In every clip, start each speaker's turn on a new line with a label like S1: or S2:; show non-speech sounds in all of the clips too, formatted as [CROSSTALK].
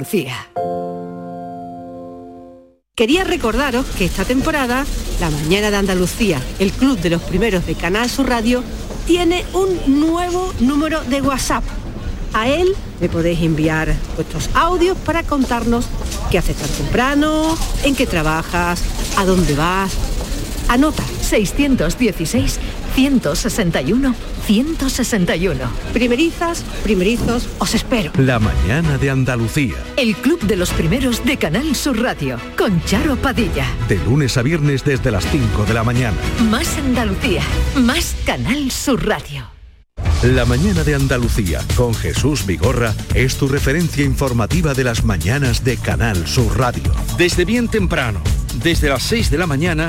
S1: Andalucía. Quería recordaros que esta temporada, La Mañana de Andalucía, el club de los primeros de Canal Sur Radio, tiene un nuevo número de WhatsApp. A él me podéis enviar vuestros audios para contarnos qué haces tan temprano, en qué trabajas, a dónde vas. Anota
S2: 616 161 161.
S1: Primerizas, primerizos, os espero.
S3: La mañana de Andalucía.
S2: El club de los primeros de Canal Sur Radio con Charo Padilla.
S3: De lunes a viernes desde las 5 de la mañana.
S2: Más Andalucía, más Canal Sur Radio.
S3: La mañana de Andalucía con Jesús Vigorra es tu referencia informativa de las mañanas de Canal Sur Radio.
S4: Desde bien temprano, desde las 6 de la mañana,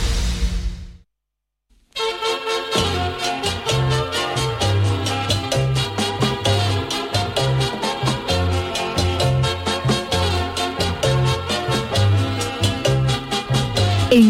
S2: En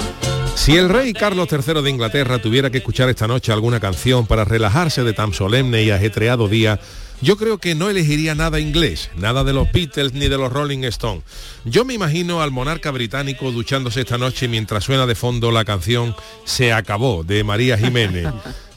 S5: Si el rey Carlos III de Inglaterra tuviera que escuchar esta noche alguna canción para relajarse de tan solemne y ajetreado día, yo creo que no elegiría nada inglés, nada de los Beatles ni de los Rolling Stones. Yo me imagino al monarca británico duchándose esta noche mientras suena de fondo la canción Se acabó de María Jiménez.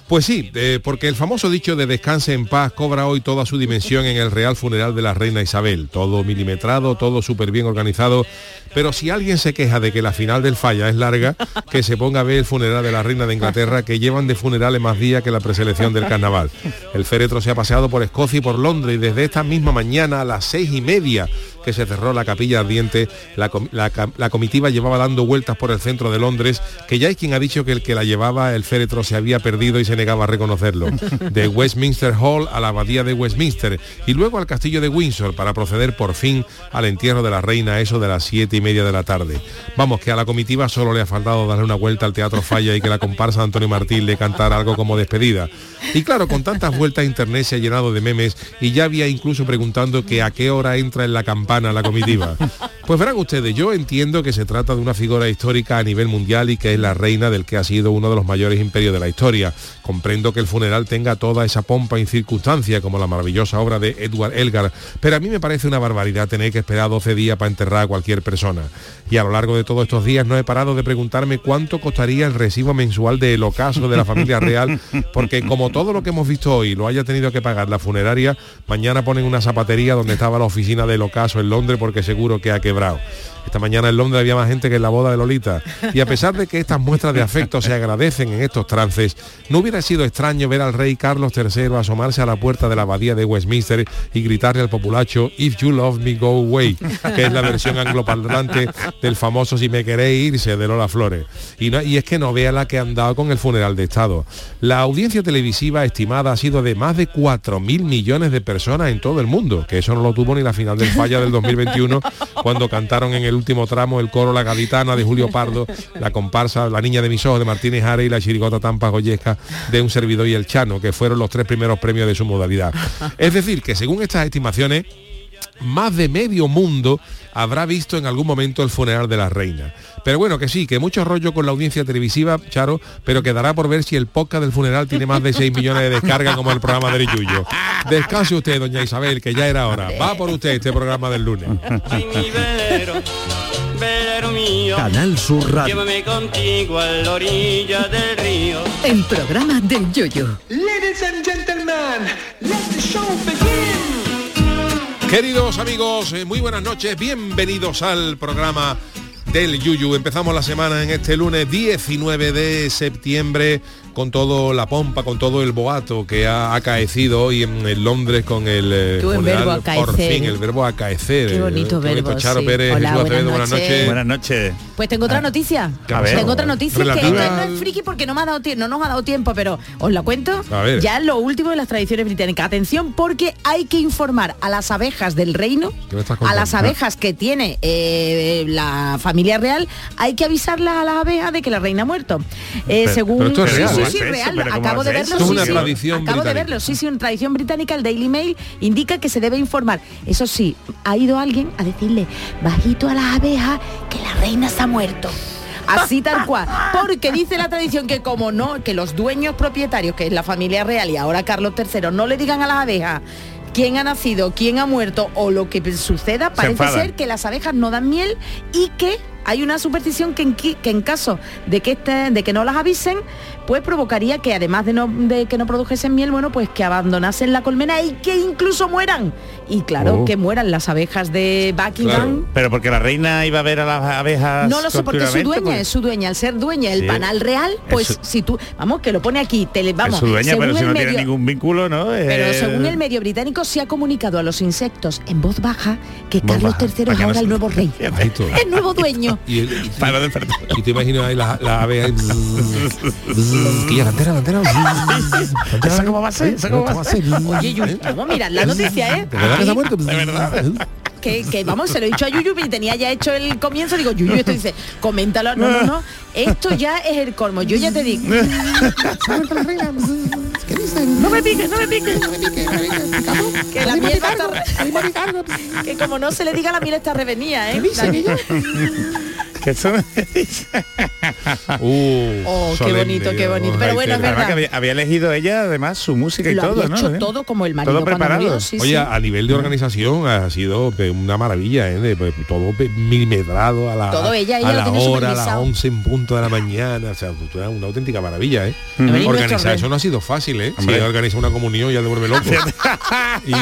S5: Pues sí, eh, porque el famoso dicho de descanse en paz cobra hoy toda su dimensión en el Real Funeral de la Reina Isabel. Todo milimetrado, todo súper bien organizado. Pero si alguien se queja de que la final del falla es larga, que se ponga a ver el funeral de la Reina de Inglaterra, que llevan de funerales más días que la preselección del carnaval. El féretro se ha paseado por Escocia y por Londres y desde esta misma mañana a las seis y media que se cerró la capilla ardiente, la, com- la ca- la comitiva llevaba dando vueltas por el centro de Londres, que ya hay quien ha dicho que el que la llevaba el féretro se había perdido y se negaba a reconocerlo. De Westminster Hall a la abadía de Westminster y luego al castillo de Windsor para proceder por fin al entierro de la reina, eso de las siete y media de la tarde. Vamos, que a la comitiva solo le ha faltado darle una vuelta al Teatro Falla y que la comparsa de Antonio Martín le cantara algo como despedida. Y claro, con tantas vueltas internet se ha llenado de memes y ya había incluso preguntando que a qué hora entra en la campana la comitiva. Pues verán ustedes, yo entiendo que se trata de una figura histórica a nivel mundial y que es la reina del que ha sido uno de los mayores imperios de la historia. Comprendo que el funeral tenga toda esa pompa y circunstancia como la maravillosa obra de Edward Elgar, pero a mí me parece una barbaridad tener que esperar 12 días para enterrar a cualquier persona. Y a lo largo de todos estos días no he parado de preguntarme cuánto costaría el recibo mensual del ocaso de la familia real, porque como todo lo que hemos visto hoy lo haya tenido que pagar la funeraria, mañana ponen una zapatería donde estaba la oficina del ocaso en Londres porque seguro que ha quebrado. Esta mañana en Londres había más gente que en la boda de Lolita. Y a pesar de que estas muestras de afecto se agradecen en estos trances, no hubiera sido extraño ver al rey Carlos III asomarse a la puerta de la abadía de Westminster y gritarle al populacho If you love me, go away, que es la versión angloparlante del famoso Si me queréis irse de Lola Flores. Y, no- y es que no vea la que han dado con el funeral de Estado. La audiencia televisiva estimada ha sido de más de 4.000 millones de personas en todo el mundo, que eso no lo tuvo ni la final del falla del 2021, cuando cantaron en el último tramo el coro La Gaditana de Julio Pardo, la comparsa La Niña de mis ojos de Martínez Ares y la chirigota Tampa Goyesca de un servidor y el Chano, que fueron los tres primeros premios de su modalidad. Es decir, que según estas estimaciones, más de medio mundo habrá visto en algún momento el funeral de la reina. Pero bueno, que sí, que mucho rollo con la audiencia televisiva, Charo, pero quedará por ver si el podcast del funeral tiene más de 6 millones de descargas como el programa del Yuyo. Descanse usted, doña Isabel, que ya era hora. Va por usted este programa del lunes.
S6: velero, velero mío.
S3: Canal Sur Radio.
S6: Llévame contigo a la orilla del río.
S2: El programa del Yoyo.
S7: Ladies and gentlemen, let the show begin.
S5: Queridos amigos, eh, muy buenas noches, bienvenidos al programa del Yuyu. Empezamos la semana en este lunes 19 de septiembre con todo la pompa, con todo el boato que ha acaecido hoy en, en Londres con el eh,
S8: Tú, el
S5: funeral,
S8: verbo
S5: por
S8: acaecer.
S5: fin el verbo acaecer.
S8: Qué bonito verbo,
S5: Charo
S8: sí.
S5: Pérez,
S8: Hola,
S5: Jesús Acevedo,
S8: buenas
S5: buenas noches.
S8: noches.
S9: Buenas noches.
S8: Pues tengo otra noticia.
S9: a ver.
S8: tengo otra noticia
S5: Ah. Relativa
S8: que esta no
S5: al-
S8: es friki porque no me ha dado tiempo, no nos ha dado tiempo, pero os la cuento.
S5: A ver.
S8: Ya lo último de las tradiciones británicas. Atención porque hay que informar a las abejas del reino,
S5: ¿Qué me estás
S8: a
S5: contando?
S8: las abejas que tiene eh, la familia real, hay que avisarlas a las abejas de que la reina ha muerto. Eh,
S9: Pero-
S8: según
S5: pero esto es
S8: Sí, sí, sí,
S5: real, ¿eh?
S9: Pero
S8: real.
S9: ¿cómo
S8: Acabo de
S9: haces
S8: verlo.
S5: eso?
S8: sí,
S5: Es una
S8: sí.
S5: tradición
S8: Acabo de
S5: británica.
S8: verlo. Sí, sí, una tradición británica. El Daily Mail indica que se debe informar. Eso sí, ha ido alguien a decirle bajito a las abejas que la reina se ha muerto. Así tal cual. Porque dice la tradición que como no, que los dueños propietarios, que es la familia real y ahora Carlos III, no le digan a las abejas quién ha nacido, quién ha muerto o lo que suceda, parece
S9: enfadan.
S8: ser que las abejas no dan miel y que hay una superstición que en, qui- que en caso de que, este- de que no las avisen, pues provocaría que además de, no, de que no produjesen miel, bueno, pues que abandonasen la colmena y que incluso mueran. Y claro,
S9: Oh.
S8: que mueran las abejas de Buckingham.
S9: Pero porque la reina iba a ver a las abejas.
S8: No lo sé porque es su
S9: continuamente,
S8: dueña,
S9: pues-
S8: es su dueña, al ser dueña del
S9: Sí.
S8: panal real, pues
S9: su-
S8: si tú, vamos, que lo pone aquí, te le- vamos,
S9: es su dueña,
S8: según
S9: pero si
S8: el
S9: no tiene
S8: medio-
S9: ningún vínculo, ¿no?
S8: pero
S9: Eh,
S8: según el medio británico se ha comunicado a los insectos en voz baja que
S9: Voz
S8: Carlos
S9: baja,
S8: III
S9: para
S8: es
S9: que no
S8: ahora
S9: se-
S8: el nuevo
S9: [LAUGHS]
S8: rey.
S5: Bajito.
S8: [LAUGHS] El nuevo dueño.
S5: Y, el- y-
S9: Para despertar.
S5: y te imagino ahí mm, las la abejas. y la bandera, bandera.
S9: ¿Esa cómo va a ser? ¿Esa cómo va a ser?
S8: Oye,
S9: [LAUGHS]
S8: Yuyu, vamos, mira, la noticia, ¿eh?
S5: ¿De verdad que
S8: Aquí,
S5: está muerto?
S9: De verdad.
S8: Que, que, vamos, se lo he dicho a Yuyu y tenía ya hecho el comienzo. Digo, Yuyu, esto dice, coméntalo. No, no,
S9: [LAUGHS]
S8: no. Esto ya es el colmo. Yo ya te digo. No me piques, no me piques. Que la miel va a estar- [LAUGHS] Que como no se le diga la miel está revenida, ¿eh?
S9: Que eso me [LAUGHS] dice.
S8: [LAUGHS]
S5: Uh,
S8: Oh, qué
S5: solemne,
S8: bonito, qué bonito.
S5: vamos,
S8: Pero
S5: ahí
S8: bueno,
S5: te-
S8: es
S9: Además
S8: verdad.
S9: que había, había elegido ella además su música y
S8: lo
S9: todo,
S8: había
S9: ¿no?
S8: hecho
S9: ¿Eh? [LAUGHS]
S8: todo como el marido
S9: Todo
S8: cuando
S9: preparado.
S8: murió, sí,
S5: Oye,
S8: sí.
S5: a nivel de organización ha sido eh, una maravilla, ¿eh? De, pues, todo pe- milimetrado a la,
S8: Todo ella, ella
S5: a
S8: lo
S5: la
S8: tiene
S5: hora, a las
S8: supervisado.
S5: 11 en punto de la mañana. O sea, tú eres una auténtica maravilla, ¿eh?
S8: Hombre, y nuestro
S5: Organizar
S8: rey.
S5: eso no ha sido fácil, ¿eh? Si
S9: Hombre.
S5: organiza una comunión ya te vuelve
S9: [LAUGHS]
S5: loco.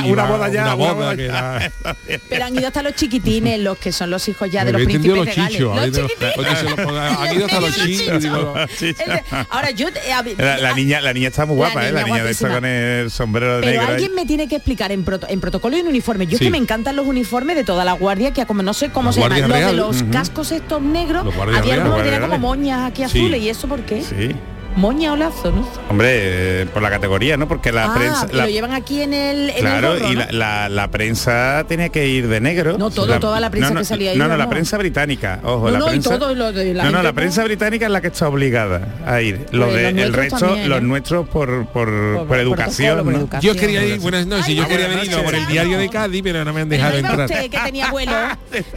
S9: Una
S5: va-
S9: boda ya,
S5: Una
S9: una
S5: boda,
S9: boda
S5: que
S9: ya.
S5: era-
S8: Pero han ido hasta los chiquitines, los que son los hijos ya de
S5: Me
S8: los
S5: había entendido
S8: príncipes
S5: los
S8: regales.
S5: chichos.
S8: Los
S5: había entendido-
S8: chiquitines. [LAUGHS]
S5: Oye, se lo- Han ido hasta los chichos. digo,
S9: Ah, Sí.
S8: El de- Ahora yo eh, a ver,
S9: [LAUGHS] La, la
S8: ah,
S9: niña, la niña está muy
S8: La
S9: guapa, ¿eh? La
S8: niña
S9: niña de esta
S8: guapísima.
S9: con el sombrero
S8: Pero
S9: negro. ahí.
S8: alguien me tiene que explicar en, proto- en protocolo y en uniforme. Yo es
S5: Sí.
S8: que me encantan los uniformes de toda la guardia, que a como no sé cómo
S5: La
S8: se llaman,
S5: Guardia
S8: los de
S5: Real.
S8: los
S9: Ujú.
S8: cascos estos negros,
S5: Los Guardias
S8: había
S5: Reales.
S8: algunos que
S9: Guardias
S8: tenían como
S9: Reales.
S8: moñas aquí
S5: Sí.
S8: azules. ¿Y eso por qué?
S9: Sí.
S8: Moña o lazo, ¿no?
S9: Hombre, eh, por la categoría, ¿no? Porque la
S8: ah,
S9: prensa.
S8: y
S9: la-
S8: lo llevan aquí en el, en el
S9: Claro,
S8: gorro,
S9: y
S8: ¿no?
S9: la, la- la prensa tenía que ir de negro.
S8: No, todo, toda la prensa
S9: no, no,
S8: que salía ahí,
S9: No, no, la
S8: vamos.
S9: prensa británica. Ojo,
S8: No,
S9: la
S8: no, y
S9: prensa.
S8: todo lo de la
S9: no, no,
S8: gente,
S9: la
S8: ¿no?
S9: prensa británica es la que está obligada a ir. Los
S8: Pues
S9: de,
S8: los
S9: el
S8: nuestros
S9: resto,
S8: también,
S9: los
S8: ¿eh?
S9: nuestros por, por, por
S8: protocolo,
S9: educación.
S8: por
S9: ¿no?
S8: educación.
S5: Yo quería ir, buenas noches,
S8: Ay,
S5: yo quería
S9: buenas
S5: venir
S9: noches.
S5: por el diario de Cádiz, pero no me han
S8: Pero
S5: dejado
S8: iba
S5: entrar.
S8: usted, que tenía
S5: [LAUGHS]
S8: vuelo.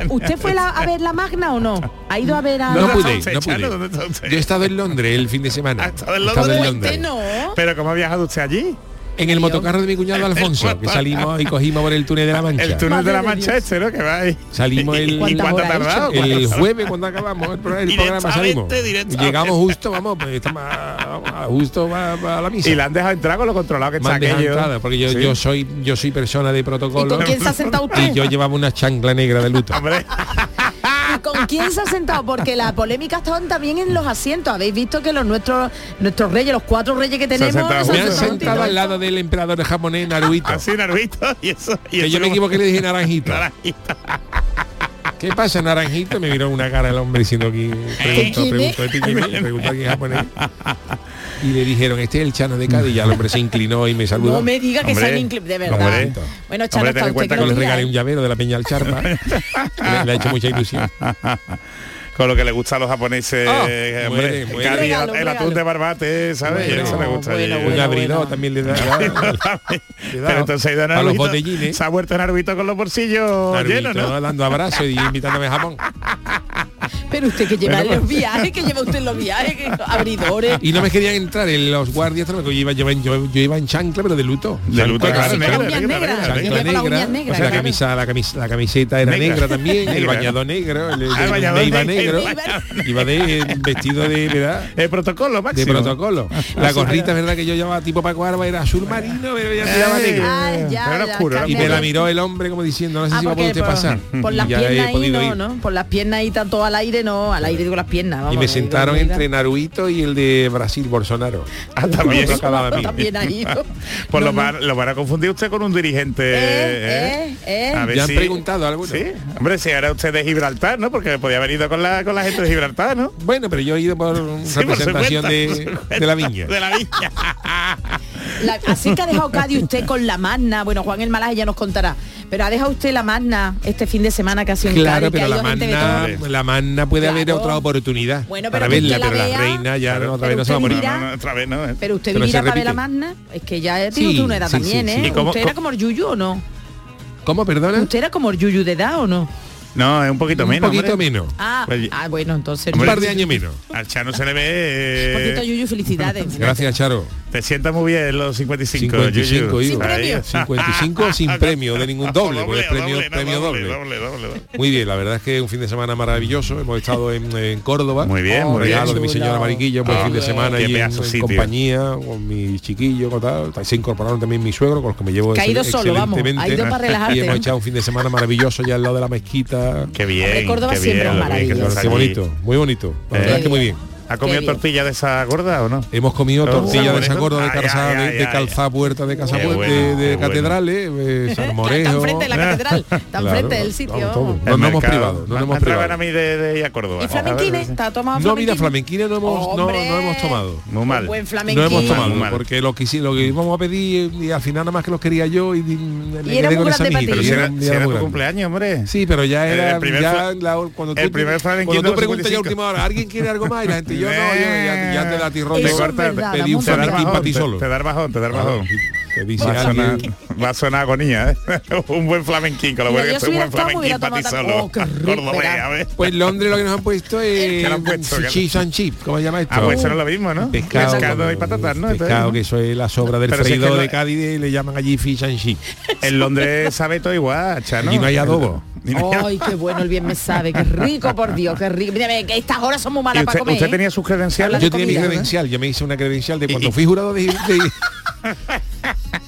S8: ¿Usted fue la- a ver la magna o no? ¿Ha ido a ver a
S5: No
S8: la-
S5: pude,
S9: está
S5: no
S9: usted,
S5: pude.
S9: Chano? ¿Dónde está usted?
S5: Yo he estado en Londres el fin de semana.
S9: ¿Ha estado en
S5: He
S8: Pues
S9: Londres?
S8: usted no.
S9: Pero ¿cómo ha viajado usted allí?
S5: En el motocarro de mi
S9: [LAUGHS]
S5: cuñado Alfonso, que salimos y cogimos por el túnel de la
S9: El
S5: Mancha.
S9: túnel
S8: Madre
S9: de la
S8: de
S9: Mancha
S8: Dios.
S9: este, ¿no? Que va ahí.
S5: Salimos el-
S9: ¿Y cuánto ha
S8: ¿Cuántas horas ha
S9: tardado?
S8: hecho?
S5: El jueves cuando acabamos el programa, el programa salimos.
S9: Directamente, directamente.
S5: Llegamos justo, vamos, pues, estamos a- a- justo a, a la misa.
S9: Y la han dejado entrar con lo controlado que
S5: Me
S9: está
S5: han dejado
S9: aquello.
S5: entrada, porque yo,
S9: Sí.
S5: yo soy yo soy persona de
S8: ¿Y
S5: protocolo
S8: con quién se ha sentado
S5: y
S8: usted?
S5: yo llevaba una chancla negra
S8: [LAUGHS]
S5: de luto.
S9: Hombre, [LAUGHS]
S8: ¿Y con quién se ha sentado? Porque la polémica está también en los asientos. Habéis visto que los nuestros nuestros reyes, los cuatro reyes que tenemos,
S9: sentado
S8: nos
S5: Me
S9: Eso
S5: han
S9: es
S5: sentado al
S8: juntitos.
S5: lado del emperador japonés Naruhito.
S9: así Naruhito y eso. Y
S5: Que
S9: Ah, eso
S5: yo me
S9: como-
S5: equivoqué y le dije naranjito.
S9: [LAUGHS]
S5: ¿Qué pasa, naranjito? Me miró una cara el hombre diciendo que preguntó, preguntó, de Piquimé, preguntó aquí en japonés. Y le dijeron, este es el chano de Cádiz. Y ya el hombre se inclinó y me saludó.
S8: No me diga que
S9: Hombre,
S8: son inclip de verdad.
S9: hombre.
S8: Bueno, Charo, está
S9: Hombre, ten en
S8: usted
S9: cuenta
S8: que
S5: Yo
S8: lo
S5: le
S9: los
S8: mira,
S5: regalé
S8: ¿eh?
S5: un llavero de la Peña al Charpa. Le, le ha hecho mucha ilusión.
S9: Con lo que le gusta a los japoneses.
S5: Ah,
S9: hombre,
S5: muere,
S9: el
S5: muere.
S9: Cádiz,
S8: Un regalo, un
S9: el atún
S8: regalo.
S9: de barbate, ¿sabes?
S8: Bueno,
S9: eso le gusta.
S8: bueno,
S9: allí.
S5: Un
S8: bueno.
S5: [LAUGHS] abridor también le da.
S8: [LAUGHS]
S5: le da
S9: Pero entonces ha ido
S5: a los
S9: Naruhito,
S5: botellines.
S9: Se ha vuelto Naruhito con los bolsillos
S5: Naruhito,
S9: llenos, ¿no?
S5: dando abrazos y invitándome a Japón.
S8: Pero usted que lleva en los viajes, que lleva usted en los viajes,
S5: [LAUGHS]
S8: que- abridores.
S5: Y no me querían entrar en los guardias, porque yo iba, yo, iba- yo- yo iba en chancla, pero de luto.
S9: De luto,
S5: Chancla
S9: claro,
S8: sí,
S5: negra.
S9: negra,
S8: con uñas
S9: negra,
S8: negras. Yo
S9: negra, negra.
S5: chancla
S8: iba con las
S5: Ah, negra,
S8: uñas negras,
S5: o sea, la,
S8: claro.
S5: camisa, la, camisa, la camiseta era
S9: Negra.
S5: negra, también, el
S9: Negra.
S5: bañador negro, el, el-
S9: Ah, el
S5: el
S9: bañador
S5: de iba
S9: negro,
S5: negro,
S9: el bañador.
S5: iba de eh, vestido de, ¿verdad?
S9: El protocolo,
S5: De
S9: máximo.
S5: protocolo. La gorrita, ¿verdad? Que yo llevaba tipo Paco Arba, era azul marino, pero ella tiraba
S9: Ay,
S5: negro.
S8: Ay, ya,
S9: pero era
S8: ya,
S9: oscuro, era
S5: Y me
S9: oscuro.
S5: la miró el hombre como diciendo, no sé
S8: Ah,
S5: si va a
S8: porque
S5: poder usted pasar.
S8: [LAUGHS] por, por las
S5: Y ya he
S8: piernas ahí
S5: podido
S8: no,
S5: ir.
S8: ¿no? Por las piernas ahí tanto al aire no, al aire digo las piernas. vamos, Eh,
S5: Y me
S8: digo,
S5: sentaron
S8: digo,
S5: entre Naruito y el de Brasil, Bolsonaro.
S9: Ah, también.
S5: Justo cada mil.
S8: También ha ido.
S9: [LAUGHS] Pues
S8: No,
S9: lo,
S8: no.
S9: va, lo van a confundir usted con un dirigente.
S8: Eh, eh, eh.
S5: Ya han preguntado algunos.
S9: Sí, hombre, si era usted de Gibraltar, ¿no? Porque podía haber ido con la, con la gente de Gibraltar, ¿no?
S5: Bueno, pero yo he ido por
S9: Sí, por
S5: representación
S9: supuesto, por
S5: de,
S9: supuesto.
S5: de la viña.
S9: De la viña.
S8: La- así que ha
S5: [LAUGHS]
S8: dejado Cádiz usted con la magna. Bueno, Juan el Malaje ya nos contará. Pero ha dejado usted la magna este fin de semana que ha sido en Cádiz, que
S5: Claro, pero
S8: ha
S5: la
S8: ido gente de
S5: manna,
S8: todo.
S5: la manna puede haber
S8: Claro.
S5: otra oportunidad
S8: Bueno, pero
S5: para
S8: que usted
S5: verla,
S8: la
S5: pero la
S8: vea,
S5: reina ya
S9: pero-
S5: no, otra vez
S8: pero
S5: no se va a
S8: usted
S5: poner.
S8: dirá-
S9: No, no, otra vez, ¿no? eh.
S8: Pero usted
S5: Pero se
S8: vivirá para ver la
S5: repite.
S8: magna. Es que ya es digo
S5: Sí,
S8: que una edad
S5: sí,
S8: también,
S5: sí,
S8: ¿eh?
S5: sí.
S9: ¿Y cómo-
S8: usted era como el yuyu o no.
S5: ¿Cómo, perdona?
S8: Usted era como el yuyu de edad o no.
S9: No, es un poquito
S5: Un
S9: menos.
S5: poquito
S9: hombre.
S5: menos.
S8: Ah,
S9: Oye,
S8: ah, bueno, entonces.
S5: Un
S9: hombre,
S5: par de años menos.
S9: Al Chano se le ve... eh,
S8: Por cierto, Yuyu, felicidades.
S5: Gracias, Charo.
S9: Te sienta muy bien los 55.
S5: 55,
S9: Yuyu.
S5: digo.
S9: Ahí.
S8: premio.
S9: [LAUGHS]
S5: 55 sin premio de ningún doble, porque es premio,
S9: doble, no,
S5: premio doble.
S9: doble, doble, doble.
S5: Muy bien, la verdad es que un fin de semana maravilloso. Hemos estado en, en Córdoba.
S9: Muy bien,
S5: Un
S9: muy
S5: regalo
S9: bien.
S5: de mi señora
S8: Chulo.
S5: Mariquilla, un buen
S9: Ah,
S5: fin de semana
S9: qué
S5: y en,
S9: pedazo
S5: en
S9: sitio.
S5: compañía, con mi chiquillo, con tal. Se incorporaron también mi suegro, con los que me llevo
S8: Que ha ido
S5: excel-
S8: solo, vamos, ha ido
S5: excelentemente.
S8: para relajarte.
S5: Y hemos echado un fin de semana maravilloso ya al lado de la mezquita.
S9: Qué bien.
S8: Hombre, Córdoba
S9: qué
S8: siempre
S9: bien,
S8: es
S9: lo bien que
S8: maravilloso.
S9: estás
S5: Qué
S9: allí.
S5: bonito, muy bonito. La verdad
S9: Eh.
S5: es que muy bien.
S9: ¿Ha comido
S8: bien.
S9: tortilla de esa gorda o no?
S5: Hemos comido
S9: Oh,
S5: tortilla de
S9: bueno.
S5: sacorda de
S9: Ay,
S5: calzada,
S9: ay,
S5: de,
S9: ay,
S5: de
S9: ay.
S5: calzada puerta, de casa
S9: Qué
S5: puerta,
S9: bueno,
S5: de, de
S9: qué bueno.
S5: catedrales, eh, San
S8: Está
S5: Morejo.
S8: enfrente de
S5: [LAUGHS]
S8: la catedral. Está
S5: Claro,
S8: enfrente
S5: claro,
S8: del sitio.
S5: todo, todo.
S8: vamos.
S5: No,
S9: El
S5: no hemos
S9: mercado.
S5: privado, no
S9: Me-
S5: hemos
S9: me tragan
S5: privado.
S9: a mí de, de ir a Córdoba.
S8: ¿Y flamenquines? ¿Está tomado
S5: No, mira,
S8: flamenquines?
S5: flamenquina no hemos, no, no hemos tomado.
S9: Muy mal.
S8: Buen flamenquín.
S5: No hemos
S9: Muy
S5: tomado,
S9: mal.
S5: porque lo que, hici- lo que íbamos a pedir y al final nada más que los quería yo y, di- me
S8: Y era
S5: quedé
S8: muy
S5: con esa
S8: grande para
S5: mijita,
S8: ti.
S9: Pero
S5: y
S9: si
S5: era
S9: era,
S5: un
S9: si
S5: día
S9: era
S5: muy
S9: tu
S5: grande.
S9: cumpleaños, hombre.
S5: Sí, pero ya
S9: El-
S5: era
S9: el primer
S5: ya
S9: fla-
S5: la hor- cuando tú,
S9: el primer flamenquín
S5: cuando
S9: de
S5: tú
S9: los
S5: preguntas ya a
S9: 55.
S5: última hora, ¿alguien quiere algo más? Y la gente, yo no, yo ya, ya te da tirón.
S8: Eso
S5: Yo
S8: es verdad,
S5: pedí
S8: Ramón,
S5: un
S9: Te da
S5: flamenquín
S9: el
S5: para
S9: bajón,
S5: ti
S9: te,
S5: solo.
S9: te da el bajón, te da el bajón.
S5: Te dice
S9: Va a, sonar,
S5: alguien,
S9: va a sonar agonía, ¿eh? [LAUGHS] un buen flamenquín, con lo
S8: Mira,
S9: bueno que
S8: yo
S9: es
S8: si
S9: un
S8: hubiera
S9: buen
S8: estado, me
S9: flamenquín
S8: hubiera
S9: para ti
S8: tomado
S9: solo.
S8: tan- Oh, qué rico,
S9: Cordobés,
S8: verá.
S9: a ver.
S5: Pues en Londres lo que nos han puesto es
S9: [LAUGHS] ¿Qué le han puesto?
S5: cheese and chip, ¿cómo se llama esto?
S9: Ah, pues eso no es lo mismo, ¿no?
S5: Pescado,
S9: y patatas, ¿no?
S5: Pescado, que eso es la sobra del
S9: Pero si es que
S5: freidor
S9: lo-
S5: de Cádiz, eh, le llaman allí fish and chip.
S9: [LAUGHS] En Londres sabe todo igual, Chano.
S5: Allí no hay adobo.
S9: Y no hay-
S8: Ay,
S5: [LAUGHS]
S8: qué bueno el bien me sabe, qué rico, por Dios, qué rico. Mírame, que estas horas son muy
S9: ¿Y
S8: malas para
S9: usted,
S8: comer.
S9: usted
S8: ¿eh?
S9: tenía sus
S8: Habla
S9: credenciales?
S8: de
S5: Yo tenía mi
S8: comida, ¿no?
S5: credencial, yo me hice una credencial de cuando fui jurado de, de-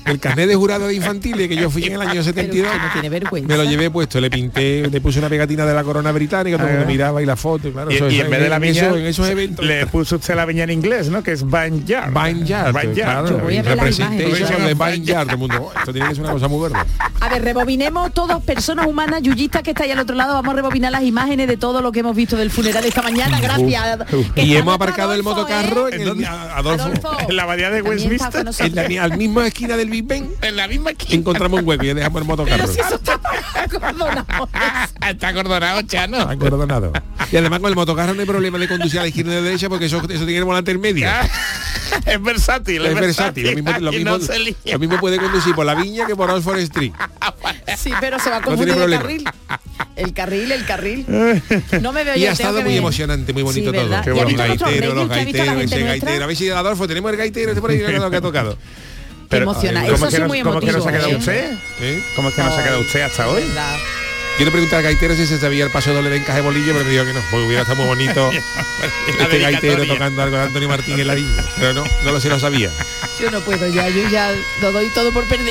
S5: el carnet de jurado de infantiles que yo fui en el año
S8: Pero usted
S5: 72.
S8: no tiene vergüenza.
S5: Me lo llevé puesto, le pinté, le puse una pegatina de la corona británica, todo el mundo
S9: Ah.
S5: miraba y la foto, claro.
S9: Y,
S5: eso-
S9: y en
S5: eso-
S9: vez de la
S5: en
S9: viña,
S5: eso- en esos eventos.
S9: le puso usted la viña en inglés, ¿no? Que es Banyard.
S5: Vineyard,
S8: Yo
S5: claro,
S8: voy a
S5: y
S8: ver las imágenes,
S5: representation
S9: yo-
S5: de Vineyard, todo el mundo, "Oh, esto tiene que ser una cosa muy verde.
S8: A ver, rebobinemos todos, personas humanas, yuyistas que estáis al otro lado. Vamos a rebobinar las imágenes de todo lo que hemos visto del funeral esta mañana. Gracias.
S5: [LAUGHS]
S8: Que
S5: Y
S8: está
S5: hemos
S8: nuestro
S5: aparcado el
S8: Adolfo,
S5: motocarro
S8: ¿eh?
S5: en,
S9: ¿En
S5: el-
S9: dónde?
S5: a- Adolfo,
S8: Adolfo.
S9: En [LAUGHS] la abadía de
S8: También está
S9: Westminster.
S8: con nosotros.
S5: en la, en la misma esquina del Big Ben,
S9: En la misma esquina.
S5: encontramos un hueco y dejamos el motocarro.
S8: Pero si eso está acordonado.
S9: [LAUGHS] Está acordonado, Chano.
S5: Acordonado. Y además con el motocarro no hay problema de conducir a la izquierda y a la derecha porque eso, eso tiene el volante en medio.
S9: [LAUGHS] Es versátil,
S5: Es versátil. Lo mismo, lo
S9: Aquí
S5: mismo-
S9: no se lía.
S5: lo mismo puede conducir por la viña que por Oxford Street.
S8: Sí, pero se va a
S5: No tiene
S8: confundir el
S5: problema.
S8: carril. El carril, el
S5: [LAUGHS]
S8: carril. No me veo
S5: Y
S8: yo, tengo
S5: ha estado
S8: que
S5: muy
S8: ver.
S5: emocionante, muy bonito
S8: Sí,
S5: todo.
S8: ¿verdad? Qué Y ha
S5: los
S8: bonito. visto nuestros
S5: gaiteros,
S8: reyes,
S5: los
S8: que ha visto la
S5: gaiteros, ese
S8: gente
S5: gaitero.
S8: nuestra.
S5: A ver si Adolfo, tenemos el gaitero, este por ahí mira lo que ha tocado.
S8: Qué emociona.
S9: eh,
S8: Eso
S9: ¿cómo
S8: sí
S9: es que
S8: muy
S9: no- ¿Cómo es que no se ha quedado
S8: emotivo,
S9: usted?
S5: ¿Eh?
S9: ¿Cómo es que no se ha quedado usted hasta hoy?
S8: ¿Verdad?
S5: Yo le pregunté al gaitero si se sabía el paso doble de encaje bolillo, pero me dijo que no, porque hubiera estado muy bonito
S8: [LAUGHS]
S5: este gaitero
S9: dedicatoria.
S5: tocando algo de Antonio Martín en la viña. Pero no, no lo sé, lo sabía.
S8: Yo no puedo ya, yo ya lo doy todo por perdido.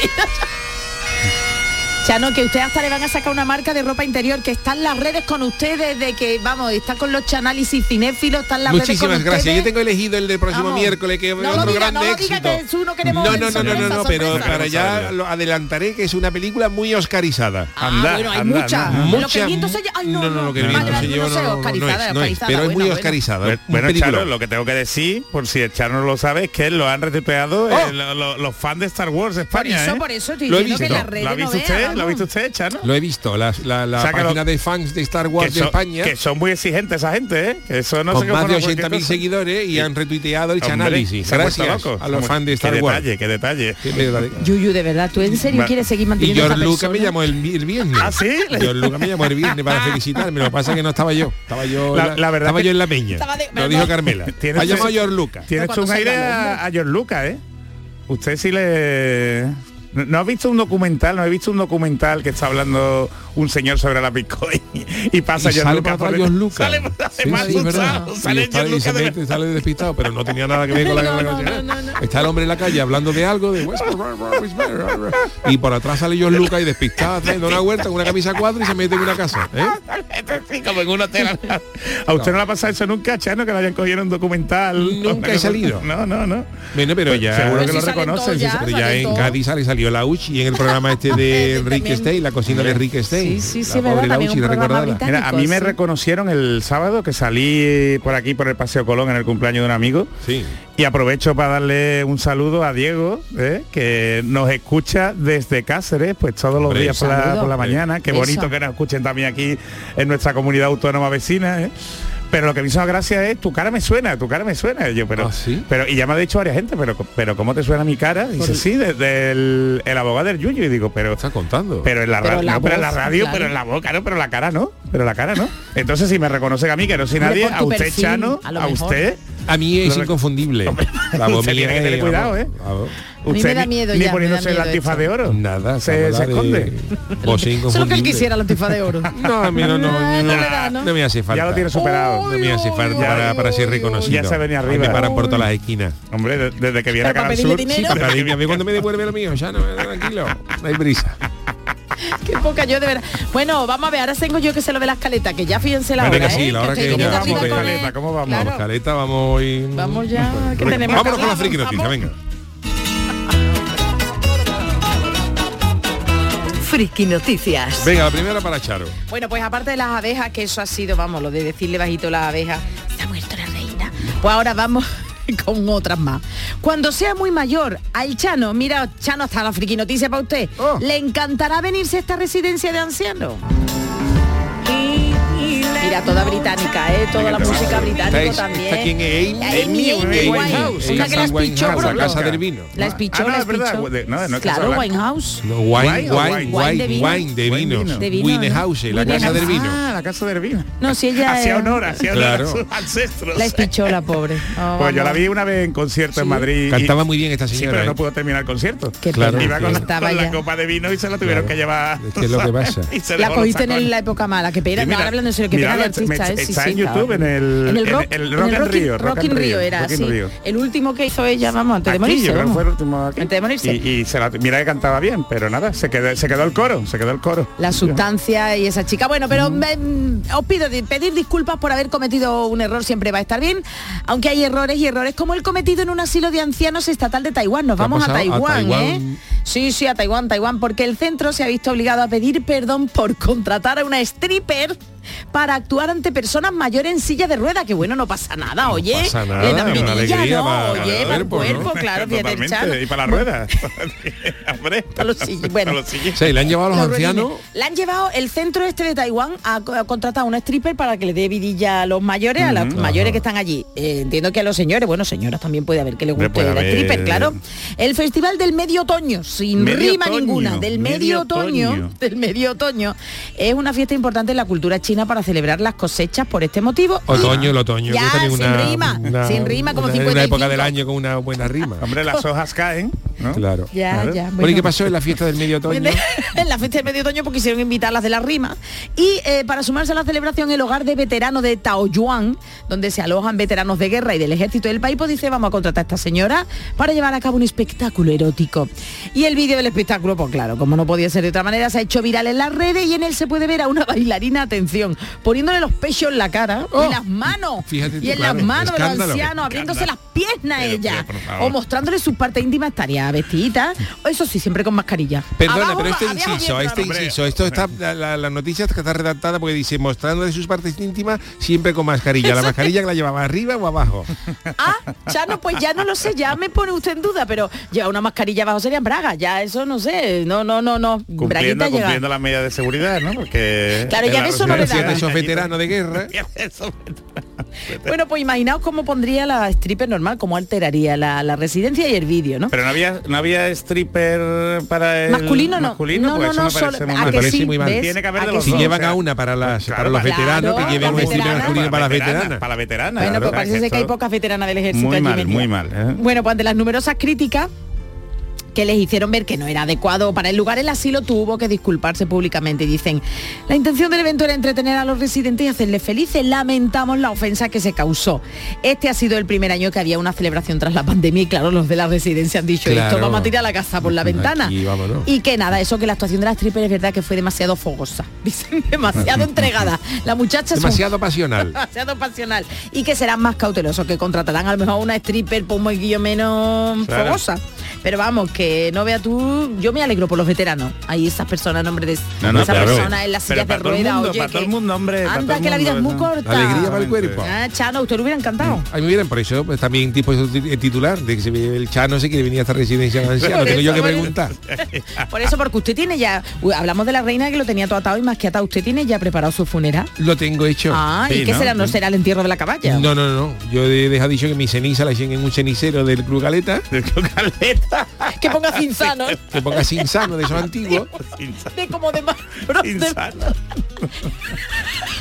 S8: Chano, que usted hasta le van a sacar una marca de ropa interior que está en las redes con ustedes desde que, vamos, está con los análisis cinéfilos, está en las redes
S5: Muchísimas
S8: con
S5: gracias.
S8: ustedes.
S5: Yo tengo elegido el del próximo
S8: Vamos.
S5: miércoles, que es
S8: No lo
S5: otro
S8: diga,
S5: grande
S8: no lo diga,
S5: éxito.
S8: que es uno que tenemos
S5: no, no, no, no, no,
S8: sorpresa,
S5: no, pero
S8: sorpresa.
S5: para ya lo adelantaré que es una película muy oscarizada.
S8: Ah,
S9: Anda,
S8: bueno, hay
S9: anda,
S8: muchas.
S9: ¿no?
S8: Lo que
S5: Mucha-
S8: el viento se lle- Ay, no,
S5: no, no, lo que el
S8: Vale,
S5: viento
S8: vale,
S5: se lleva
S8: no sé,
S5: no, no, no es,
S8: oscarizada,
S5: no es,
S8: oscarizada,
S5: pero es muy
S8: bueno, bueno.
S5: oscarizada. un
S9: Bueno,
S5: película.
S9: Chano, lo que tengo que decir, por si el Chano no lo sabe, es que lo han retuiteado eh, lo- lo- los fans de Star Wars de
S8: Oh. Por
S9: España.
S8: eso,
S9: ¿eh?
S8: por eso estoy
S5: Lo he
S8: diciendo que las
S5: visto.
S9: ¿Lo ha
S8: redes no
S9: visto usted?
S8: vean,
S9: ¿Lo ha visto
S8: vamos.
S9: usted, Chano?
S5: Lo he visto, la, la, la
S9: Sácalo.
S5: página de fans de Star
S9: que,
S5: Wars de
S9: son,
S5: España.
S9: que son muy exigentes esa gente, ¿eh? Que eso no
S5: con
S9: se
S5: más de
S9: conforma con cualquier
S5: 80.000
S9: cosa.
S5: seguidores y han retuiteado el
S9: Hombre,
S5: chanálisis.
S9: se han vuelto
S5: Gracias
S9: locos.
S5: a los
S9: Hombre,
S5: fans de Star
S9: qué
S5: Wars.
S9: detalle, qué detalle.
S5: Qué detalle.
S8: Yuyu, de verdad, ¿tú en serio
S9: Va-
S8: quieres seguir
S5: Y
S8: manteniendo
S5: George
S8: esa
S5: Lucas me
S8: persona?
S5: llamó el, el viernes.
S9: ¿Ah, sí?
S5: [LAUGHS]
S9: Ah.
S5: George Lucas me llamó el viernes para felicitarme. Lo que pasa es que no estaba yo. Estaba yo, en
S9: La- la verdad
S5: estaba
S9: que-
S5: yo en la peña.
S8: Estaba de-
S5: Lo dijo Carmela.
S9: Tiene
S5: Ha llamado
S9: usted-
S5: George Lucas.
S9: Tienes
S8: cuando
S9: un
S8: salga
S9: aire
S8: el
S9: a, a George Lucas, ¿eh? Usted sí le... ¿No- ¿No has visto un documental? ¿No he visto un documental que está hablando un señor sobre la Bitcoin y pasa
S5: Y
S9: John
S5: sale
S9: Lucas
S5: para
S9: por
S5: atrás John
S9: el-
S5: Lucas.
S9: Sale, para-
S5: Sí,
S9: más
S5: sí, es verdad.
S9: asustado,
S5: Y
S9: sale
S5: está-
S9: John
S5: y
S9: Lucas
S5: se
S9: de-
S5: mete- sale despistado, pero no tenía nada que ver con la guerra de la Está el hombre en la calle hablando de algo de y por atrás sale John Lucas y despistado, dando una vuelta con una camisa cuadra y se mete en una casa. ¿eh?
S9: Sí, como en un hotel. [LAUGHS] ¿A usted no le ha pasado eso nunca, Chano, que la hayan cogido en un documental?
S5: Nunca he salido.
S9: [LAUGHS] No, no, no. Pues
S5: Bueno, pero ya
S9: Seguro que
S8: Pero
S9: lo
S8: si salen
S9: reconoce.
S8: todos
S9: sí,
S8: ya,
S9: sí,
S5: Pero ya
S8: sale
S5: en
S8: todo.
S5: Cádiz sale, salió la Uchi en el programa este
S8: [LAUGHS]
S5: de
S8: Este
S5: Rick
S8: también.
S5: Stein, la cocina de Rick Stein.
S10: Sí, sí, sí,
S5: la
S10: es verdad,
S5: pobre la
S10: también
S5: Uchi,
S10: un programa
S5: recordarla.
S10: británico.
S9: Mira, a mí me
S10: sí.
S9: reconocieron el sábado que salí por aquí por el Paseo Colón en el cumpleaños de un amigo
S5: Sí.
S9: y aprovecho para darle un saludo a Diego, ¿eh? que nos escucha desde Cáceres, pues todos los
S5: Hombre,
S9: días por la,
S10: saludo.
S9: por la mañana. Qué
S10: Eso.
S9: bonito que nos escuchen también aquí en nuestra comunidad autónoma vecina. ¿eh? Pero lo que me hizo gracia es tu cara me suena, tu cara me suena. Y Yo, pero,
S5: ¿Ah, sí?
S9: pero, y ya me ha dicho varias gente, pero, pero ¿cómo te suena mi cara? Dice, sí, desde el, el abogado del Yuyu. Y digo, pero
S5: Está contando.
S9: pero en la,
S10: Pero
S9: ra-
S10: la
S9: no, pero en
S10: voz,
S9: la radio,
S10: claro.
S9: pero en la boca, no, pero la cara no, pero la cara no. Entonces si me reconocen a mí, que no soy
S10: Hombre,
S9: nadie,
S10: por
S9: a
S10: tu
S9: usted
S10: perfil,
S9: Chano,
S10: a lo
S9: a
S10: mejor.
S9: usted,
S5: a mí es
S9: Lo rec-
S5: inconfundible. La voz
S9: [LAUGHS] Se
S5: mía
S9: tiene que tener
S5: es-
S9: cuidado,
S5: vamos,
S9: ¿eh?
S5: vamos.
S8: mí me
S9: usted
S8: da
S9: ni-
S8: miedo ya,
S9: ni
S8: me da
S9: poniéndose el
S8: miedo
S9: antifa
S8: esto.
S9: de oro.
S5: Nada,
S9: se, se
S5: cámara de-
S9: esconde.
S8: [LAUGHS] Eso es lo que
S5: Voz
S8: él
S5: inconfundible.
S8: quisiera, la antifa de
S5: [LAUGHS]
S8: oro.
S5: No, a mí
S8: [LAUGHS]
S5: no, no,
S8: Ah,
S5: no,
S8: no le da, ¿no?
S5: me hace falta.
S9: Ya lo tiene superado.
S5: No me hace falta
S9: Ya-
S5: para, para ser reconocido.
S9: Ya se venía
S5: A mí
S9: arriba.
S5: Me paran por todas las esquinas.
S9: Hombre, de- desde que viene a
S8: Pero para
S9: Canal
S8: pedirle
S9: Sur.
S8: dinero.
S5: Sí,
S8: Pero-
S5: para mí, a mí cuando me devuelve lo mío, ya no, tranquilo, no hay prisa.
S8: Qué poca yo de verdad. Bueno, vamos a ver, ahora tengo yo que sé lo de la escaleta, que ya fíjense la
S5: Venga,
S8: hora,
S5: sí,
S8: ¿eh?
S5: la hora
S8: estoy
S5: que ya
S8: contenta
S5: vamos,
S8: arriba con
S9: Escaleta,
S8: él.
S9: ¿cómo vamos?
S8: Claro.
S5: Vamos, Caleta, vamos hoy.
S8: Vamos ya, que tenemos
S5: Vámonos con
S8: que
S5: las friki
S8: hablar,
S5: noticias,
S8: vamos.
S5: venga.
S2: Friki Noticias.
S5: Venga, la primera para Charo.
S8: Bueno, pues aparte de las abejas, que eso ha sido, vamos, lo de decirle bajito a las abejas, está muerto la reina. Pues ahora vamos [LAUGHS] con otras más. Cuando sea muy mayor, al Chano, mira, Chano, hasta la friki noticia para usted.
S5: Oh.
S8: Le encantará venirse a esta residencia de ancianos. Mira, toda británica, ¿eh? toda la
S5: Venga, te
S8: música
S5: vamos.
S8: británica
S5: Esta es-
S8: también.
S5: esta quién es? Amy-
S8: Amy,
S9: Amy
S8: Amy
S9: Winehouse.
S8: Winehouse. Una que
S5: Casa
S8: las pichó
S5: Winehouse,
S8: por
S5: la
S8: loca.
S5: casa del vino.
S8: Las pichó,
S9: Ah, no,
S8: las
S9: es verdad,
S8: pichó.
S9: de- no, no, es Casa
S8: claro,
S9: Blanca.
S8: Winehouse.
S5: No, wine,
S9: Wine o
S5: wine,
S8: wine de
S5: wine,
S8: vino.
S5: wine de
S9: Wine
S5: vino.
S9: vino.
S8: De vino, ¿no?
S5: Winehouse, la casa del vino.
S9: Ah, la casa del vino.
S8: No, si ella
S9: Hacía
S8: es-
S9: honor, hacía honor
S5: Claro.
S9: a sus ancestros.
S8: La espichó la
S9: [LAUGHS]
S8: pobre. Oh,
S9: Pues yo la
S8: vamos.
S9: vi una vez en concierto en Madrid. y-
S5: Cantaba muy bien esta
S9: Sí,
S5: señora.
S9: pero
S5: ¿eh?
S9: no pudo terminar el concierto.
S8: Qué
S5: Claro,
S8: pena.
S9: Iba con, la-
S8: Estaba
S9: con la
S8: ya.
S9: copa de vino y se la tuvieron
S5: Claro.
S9: que llevar.
S5: Es que es lo que pasa.
S9: [LAUGHS] y se
S8: La
S9: dejó los
S8: cogiste en
S9: sacones.
S8: el- la época mala, que pena,
S9: Y mira,
S8: no, ahora hablando en serio, que pena de
S9: míralo, me-
S8: artista, eh, sí,
S9: está
S8: sí,
S9: en YouTube, en
S8: estaba.
S9: el,
S8: en el rock,
S9: en el Rock and
S8: in-
S9: Rio.
S8: Rock in Rio era,
S9: Rock in
S8: sí.
S9: Rio.
S8: El último que hizo ella, vamos, antes de
S9: Aquí,
S8: morirse.
S9: yo creo que
S8: vamos.
S9: fue el último aquí.
S8: Antes de morirse.
S9: Y, y se la, mira que cantaba bien, pero nada, se quedó, se quedó el coro, se quedó el coro.
S8: La sustancia y esa chica. Bueno, pero me- mm, os pido de pedir disculpas por haber cometido un error, siempre va a estar bien, aunque hay errores y errores, como el cometido en un asilo de ancianos estatal de Taiwán. Nos
S5: ¿Qué ha
S8: vamos a
S5: pasado? ¿A
S8: Taiwán,
S5: Taiwán?
S8: ¿eh? Sí, sí, a Taiwán, Taiwán, porque el centro se ha visto obligado a pedir perdón por [LAUGHS] contratar a una stripper para actuar ante personas mayores en silla de rueda, que bueno, no pasa nada, oye.
S5: pasa nada,
S8: Le dan
S5: es una
S8: vidilla,
S5: alegría
S8: ¿no?
S5: para
S8: oye,
S5: el
S8: para el
S5: cuerpo, ¿no?
S8: cuerpo, claro, fíjate, el
S9: pues, Totalmente,
S8: chano.
S9: Y para la rueda. [LAUGHS] Hombre.
S8: [LAUGHS] Para los sillones, bueno.
S9: Para los sillones.
S5: Sí, le han llevado a los
S8: Los ruines.
S5: ancianos.
S8: La han llevado el centro este de Taiwán a, a contratar a una stripper para que le dé vidilla a los mayores, a los mayores que están allí. Eh, entiendo que a los señores, bueno, señoras también puede haber que le
S9: Hombre,
S8: guste
S9: puede
S8: la
S9: haber.
S8: stripper, claro. El festival del medio otoño, sin
S9: Medio
S8: rima
S9: otoño,
S8: ninguna, del medio,
S9: medio
S8: otoño, [LAUGHS]
S9: otoño.
S8: del medio otoño, es una fiesta importante en la cultura china para celebrar las cosechas por este motivo. Y-
S5: Otoño, el otoño.
S8: Ya,
S5: que también
S8: sin
S5: una-
S8: rima,
S5: una-
S8: sin rima, como
S5: una-
S8: 55.
S5: Una época del año con una buena rima.
S8: [LAUGHS]
S9: Hombre, las hojas caen, ¿no?
S5: Claro.
S8: Ya,
S5: Claro.
S8: ya,
S5: Bueno,
S8: bueno.
S5: ¿y qué pasó en la fiesta del medio otoño?
S8: [LAUGHS] en la fiesta del medio otoño porque quisieron invitarlas de la rima. Y eh, para sumarse a la celebración, el hogar de veteranos de Taoyuan, donde se alojan veteranos de guerra y del ejército del país, pues dice, vamos a contratar a esta señora para llevar a cabo un espectáculo erótico. Y el vídeo del espectáculo, pues claro, como no podía ser de otra manera, se ha hecho viral en las redes y en él se puede ver a una bailarina, atención, poniéndole los pechos en la cara y las manos.
S5: Oh. Fíjate tú,
S8: y en
S5: claro,
S8: las manos de los
S5: escándalo.
S8: ancianos, abriéndose las piernas
S9: Pero,
S8: ella.
S9: pero, por favor.
S8: o mostrándole sus partes íntimas, estaría vestidita. o Eso sí, siempre con mascarilla.
S5: Perdona,
S8: Abajo,
S5: pero este
S8: abajo,
S5: inciso,
S8: abajo,
S5: este
S9: hombre.
S5: inciso, esto está, la, la- la noticia está redactada porque dice mostrando de sus partes íntimas siempre con mascarilla. La mascarilla que la llevaba arriba
S8: [LAUGHS]
S5: o abajo.
S8: Ah, Chano, pues ya no lo sé, ya me pone usted en duda, pero lleva una mascarilla abajo serían bragas, ya eso no sé, no, no, no, no, braguita
S9: Cumpliendo,
S8: llega.
S9: cumpliendo las medidas de seguridad, ¿no? Porque...
S8: Claro, ya
S9: en la-
S8: eso no
S9: en
S8: le
S9: la-
S8: da.
S5: Gracias a esos veteranos de
S9: [LAUGHS]
S5: guerra.
S9: Eso-
S8: Bueno, pues imaginaos cómo pondría la stripper normal, cómo alteraría la, la residencia y el vídeo, ¿no?
S9: Pero no había, no había stripper para el
S8: masculino no.
S9: masculino,
S8: no,
S9: pues
S8: no,
S9: eso
S8: no,
S9: me
S8: solo-
S9: parece muy
S8: ¿a
S9: mal.
S8: que
S5: Parece
S8: sí?
S5: muy mal.
S8: ¿Ves?
S9: Tiene que haber
S8: ¿A
S9: de
S8: que
S9: los
S5: Si
S9: dos.
S8: sí?
S5: llevan
S9: o sea,
S5: a una para las
S9: claro,
S5: para los
S9: para-
S5: veteranos,
S8: claro,
S5: que lleven un
S8: para
S5: vestido
S8: veteranas.
S5: masculino para las veteranas.
S9: Para la veterana.
S8: Bueno, pues parece ser que hay
S9: poca [LAUGHS]
S8: pocas veteranas del ejército
S9: Muy
S8: allí
S9: mal,
S8: metidas.
S9: muy mal, ¿eh?
S8: Bueno, pues ante las numerosas críticas que les hicieron ver que no era adecuado para el lugar. El asilo tuvo que disculparse públicamente y dicen, la intención del evento era entretener a los residentes y hacerles felices. Lamentamos la ofensa que se causó. Este ha sido el primer año que había una celebración tras la pandemia y claro, los de la residencia han dicho,
S5: Claro.
S8: esto vamos a tirar la casa por la ventana.
S5: Aquí, vámonos.
S8: Y que nada, eso que la actuación de las triples es verdad que fue demasiado fogosa. [LAUGHS] Dicen demasiado entregada. La muchacha es un- [LAUGHS]
S5: Demasiado pasional.
S8: demasiado pasional. Y que serán más cautelosos, que contratarán a lo mejor una stripper por un moquillo menos
S5: Claro.
S8: fogosa. Pero vamos, que no vea tú, yo me alegro por los veteranos. Ahí esas personas, nombre de
S9: No, no,
S8: esas
S9: pero-
S8: personas en las
S9: pero
S8: sillas de
S9: para todo el
S8: ruedas,
S9: mundo,
S8: oye,
S9: para todo
S8: que-
S9: el mundo, hombre, para
S8: Anda,
S9: todo el
S8: que la vida es
S9: mundo,
S8: muy
S9: ¿verdad?
S8: corta.
S5: Alegría para el cuerpo.
S8: Ah, Chano, usted le hubiera
S9: [LAUGHS]
S8: encantado.
S5: A mí me hubieran por eso pues, también tipo el titular de que se ve el Chano se quiere venir a esta residencia de ancianos.
S8: Por
S5: Tengo
S8: eso,
S5: yo que
S8: por eso.
S5: preguntar.
S8: Por eso, porque usted tiene ya, Uy, hablamos de la reina que lo tenía todo atado y más que atado, usted tiene ya preparado su funeral.
S5: Lo tengo hecho.
S8: Ah, ¿y
S9: Sí,
S8: qué
S9: ¿no?
S8: será? ¿No será el entierro de la caballa?
S5: No, no, no. Yo he dejado dicho que mi ceniza la echen en un cenicero del Club Galeta,
S9: Del Club Caleta.
S8: Que ponga
S9: [LAUGHS]
S8: cinzano.
S5: que ponga insano de esos antiguos.
S8: de como de más.
S9: Insano.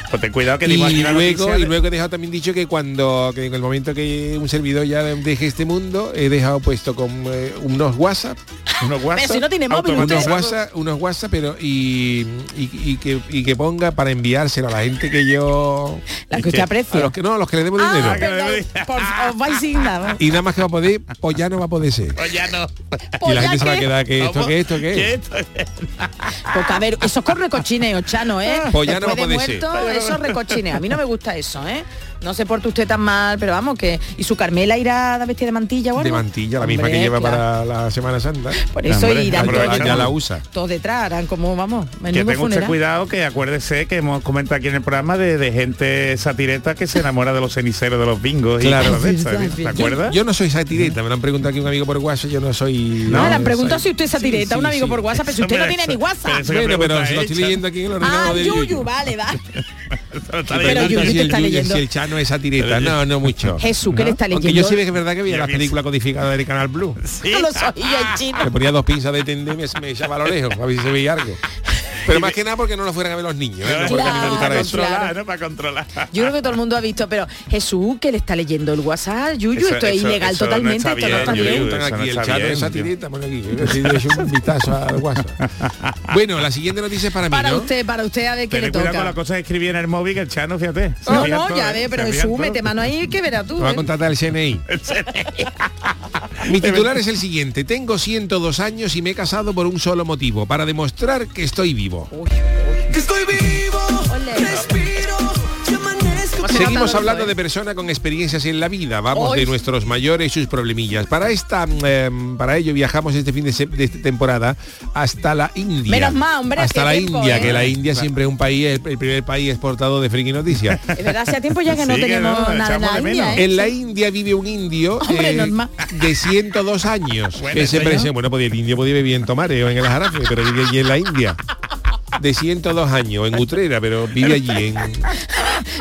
S9: Pues ten cuidado que
S5: Y
S9: dimos aquí una
S5: luego,
S9: noticia
S5: y
S9: de-
S5: luego he dejado también dicho que cuando que en el momento que un servidor ya deje este mundo, he dejado puesto con eh, unos WhatsApp,
S9: unos
S8: Pero si no tiene móvil,
S9: automáticos.
S5: unos WhatsApp, unos WhatsApp, pero y, y- y que, y que ponga para enviárselo a la gente que yo
S8: [LAUGHS] La que usted
S5: a
S8: aprecia.
S5: los que no, a los que le debo dinero.
S8: Ah, perdón. Por- os vais sin nada.
S5: Y nada más que va a poder, pues ya no va a poder ser.
S9: Pues ya no.
S8: Pues
S5: y la
S8: ya
S5: gente se va a
S8: que-
S5: quedar que esto,
S9: ¿Cómo?
S5: que esto, que
S9: ¿Qué
S5: esto.
S9: esto?
S8: Porque a ver, eso es con recochineo, Chano, ¿eh?
S5: Pues ya no
S8: Después
S5: va a
S8: de
S5: poder ser.
S8: muerto, eso es recochineo. A mí no me gusta eso, ¿eh? No se porta usted tan mal, pero vamos, que... ¿Y su Carmela irá vestida de mantilla o
S5: De
S8: algo?
S5: mantilla, la misma
S8: Hombre,
S5: que lleva
S8: claro. Pues
S5: para la Semana Santa.
S8: Por eso
S9: Hombre,
S8: irán
S9: hombre,
S8: todos,
S5: ya la usa.
S8: todos detrás, harán como, vamos,
S9: Que
S8: menudo
S9: tenga usted
S8: funeral.
S9: cuidado, que acuérdese que hemos comentado aquí en el programa de, de gente satireta que se enamora de los ceniceros de los bingos y
S5: Claro.
S9: cosas de esas,
S8: Sí,
S9: ¿eh?
S8: sí,
S9: ¿Te
S8: sí.
S9: acuerdas? [LAUGHS]
S5: Yo no soy satireta, me lo han preguntado aquí un amigo por WhatsApp, yo no soy...
S8: No, le han
S5: soy-
S8: preguntado si usted se
S5: Sí,
S8: atireta a un
S5: sí,
S8: amigo
S5: sí.
S8: por WhatsApp, pero si usted no tiene ni WhatsApp.
S9: Eso que
S5: Bueno,
S9: pregunta
S5: pero si lo
S9: hecha.
S5: estoy leyendo aquí en el
S8: Ah,
S5: ordenador de
S8: Yuyu, vale, va.
S9: Está
S8: Pero
S9: leyendo.
S8: Yuyu, ¿qué
S5: si, el
S8: está
S5: Yuyu-
S8: leyendo?
S5: si el Chano es satireta, no, no mucho.
S8: Jesús, ¿qué le está
S5: Aunque yo
S8: leyendo?
S5: sí que es verdad que veía
S9: Ya
S5: las
S9: ves.
S5: películas codificadas del Canal Blue.
S8: [LAUGHS]
S9: Sí.
S8: A los ojillos chinos.
S5: Me ponía dos pinzas de tendé y me, me echaba a lo lejos, a ver si se veía algo. Pero más que nada porque no lo fueran a ver los niños, ¿eh? no porque a mí me gustara
S9: para
S5: eso.
S9: controlar,
S8: claro.
S9: ¿no? Para controlar. Ah,
S8: Yo creo que todo el mundo ha visto, pero Jesús, que le está leyendo el WhatsApp, Yuyu,
S9: Eso-
S8: esto es
S9: eso-
S8: ilegal
S9: eso no
S8: totalmente,
S9: está
S8: esto no
S9: bien,
S8: está
S9: Yuyu.
S8: bien.
S5: Preguntan
S9: eso no
S5: aquí, el
S9: está
S5: Chano
S9: bien,
S5: es
S9: tío.
S5: satireta, por aquí, que le he hecho un vistazo al WhatsApp.
S9: [LAUGHS]
S5: Bueno, la siguiente noticia es para mí,
S8: Para
S5: ¿no?
S8: usted, para usted, a ver qué
S9: Ten
S8: le
S9: cuidado con
S8: toca.
S9: las cosas que escribí en el móvil, que el Chano, fíjate. se
S8: No,
S9: fían
S8: no,
S9: todo,
S8: ya
S9: ¿eh?
S8: ve, pero
S9: Se fían
S8: Jesús,
S9: todo.
S8: mete mano ahí, que verás
S5: Me
S8: tú.
S5: va a
S8: ¿eh?
S5: contratar el CNI. Mi titular es el siguiente. Tengo 102 años y me he casado por un solo motivo, para demostrar que estoy vivo. Seguimos
S8: ¿eh?
S5: hablando de personas con experiencias en la vida. Vamos
S8: Hoy.
S5: de nuestros mayores y sus problemillas. Para esta, em, para ello viajamos este fin de, se- de esta temporada hasta la India.
S8: Menos mal, hombre,
S5: Hasta
S8: hacía
S5: la
S8: tiempo,
S5: India,
S8: ¿eh?
S5: que la India siempre es un país, el, el primer país exportado de friki
S8: [LAUGHS]
S5: noticias.
S8: Es verdad, hace tiempo ya que no
S9: Sí, que
S8: tenemos
S9: no,
S8: nada en
S9: echamos
S8: la
S9: de
S8: India,
S9: menos.
S8: ¿eh?
S5: En la India vive un indio eh,
S8: Hombre, normal.
S5: de 102 años.
S9: Bueno,
S5: que se
S9: eso
S5: parece, bueno, podía el indio podía vivir en Tomare o en el Aljarafe, pero vive allí en la India. De 102 años, en Utrera, pero vive allí. En...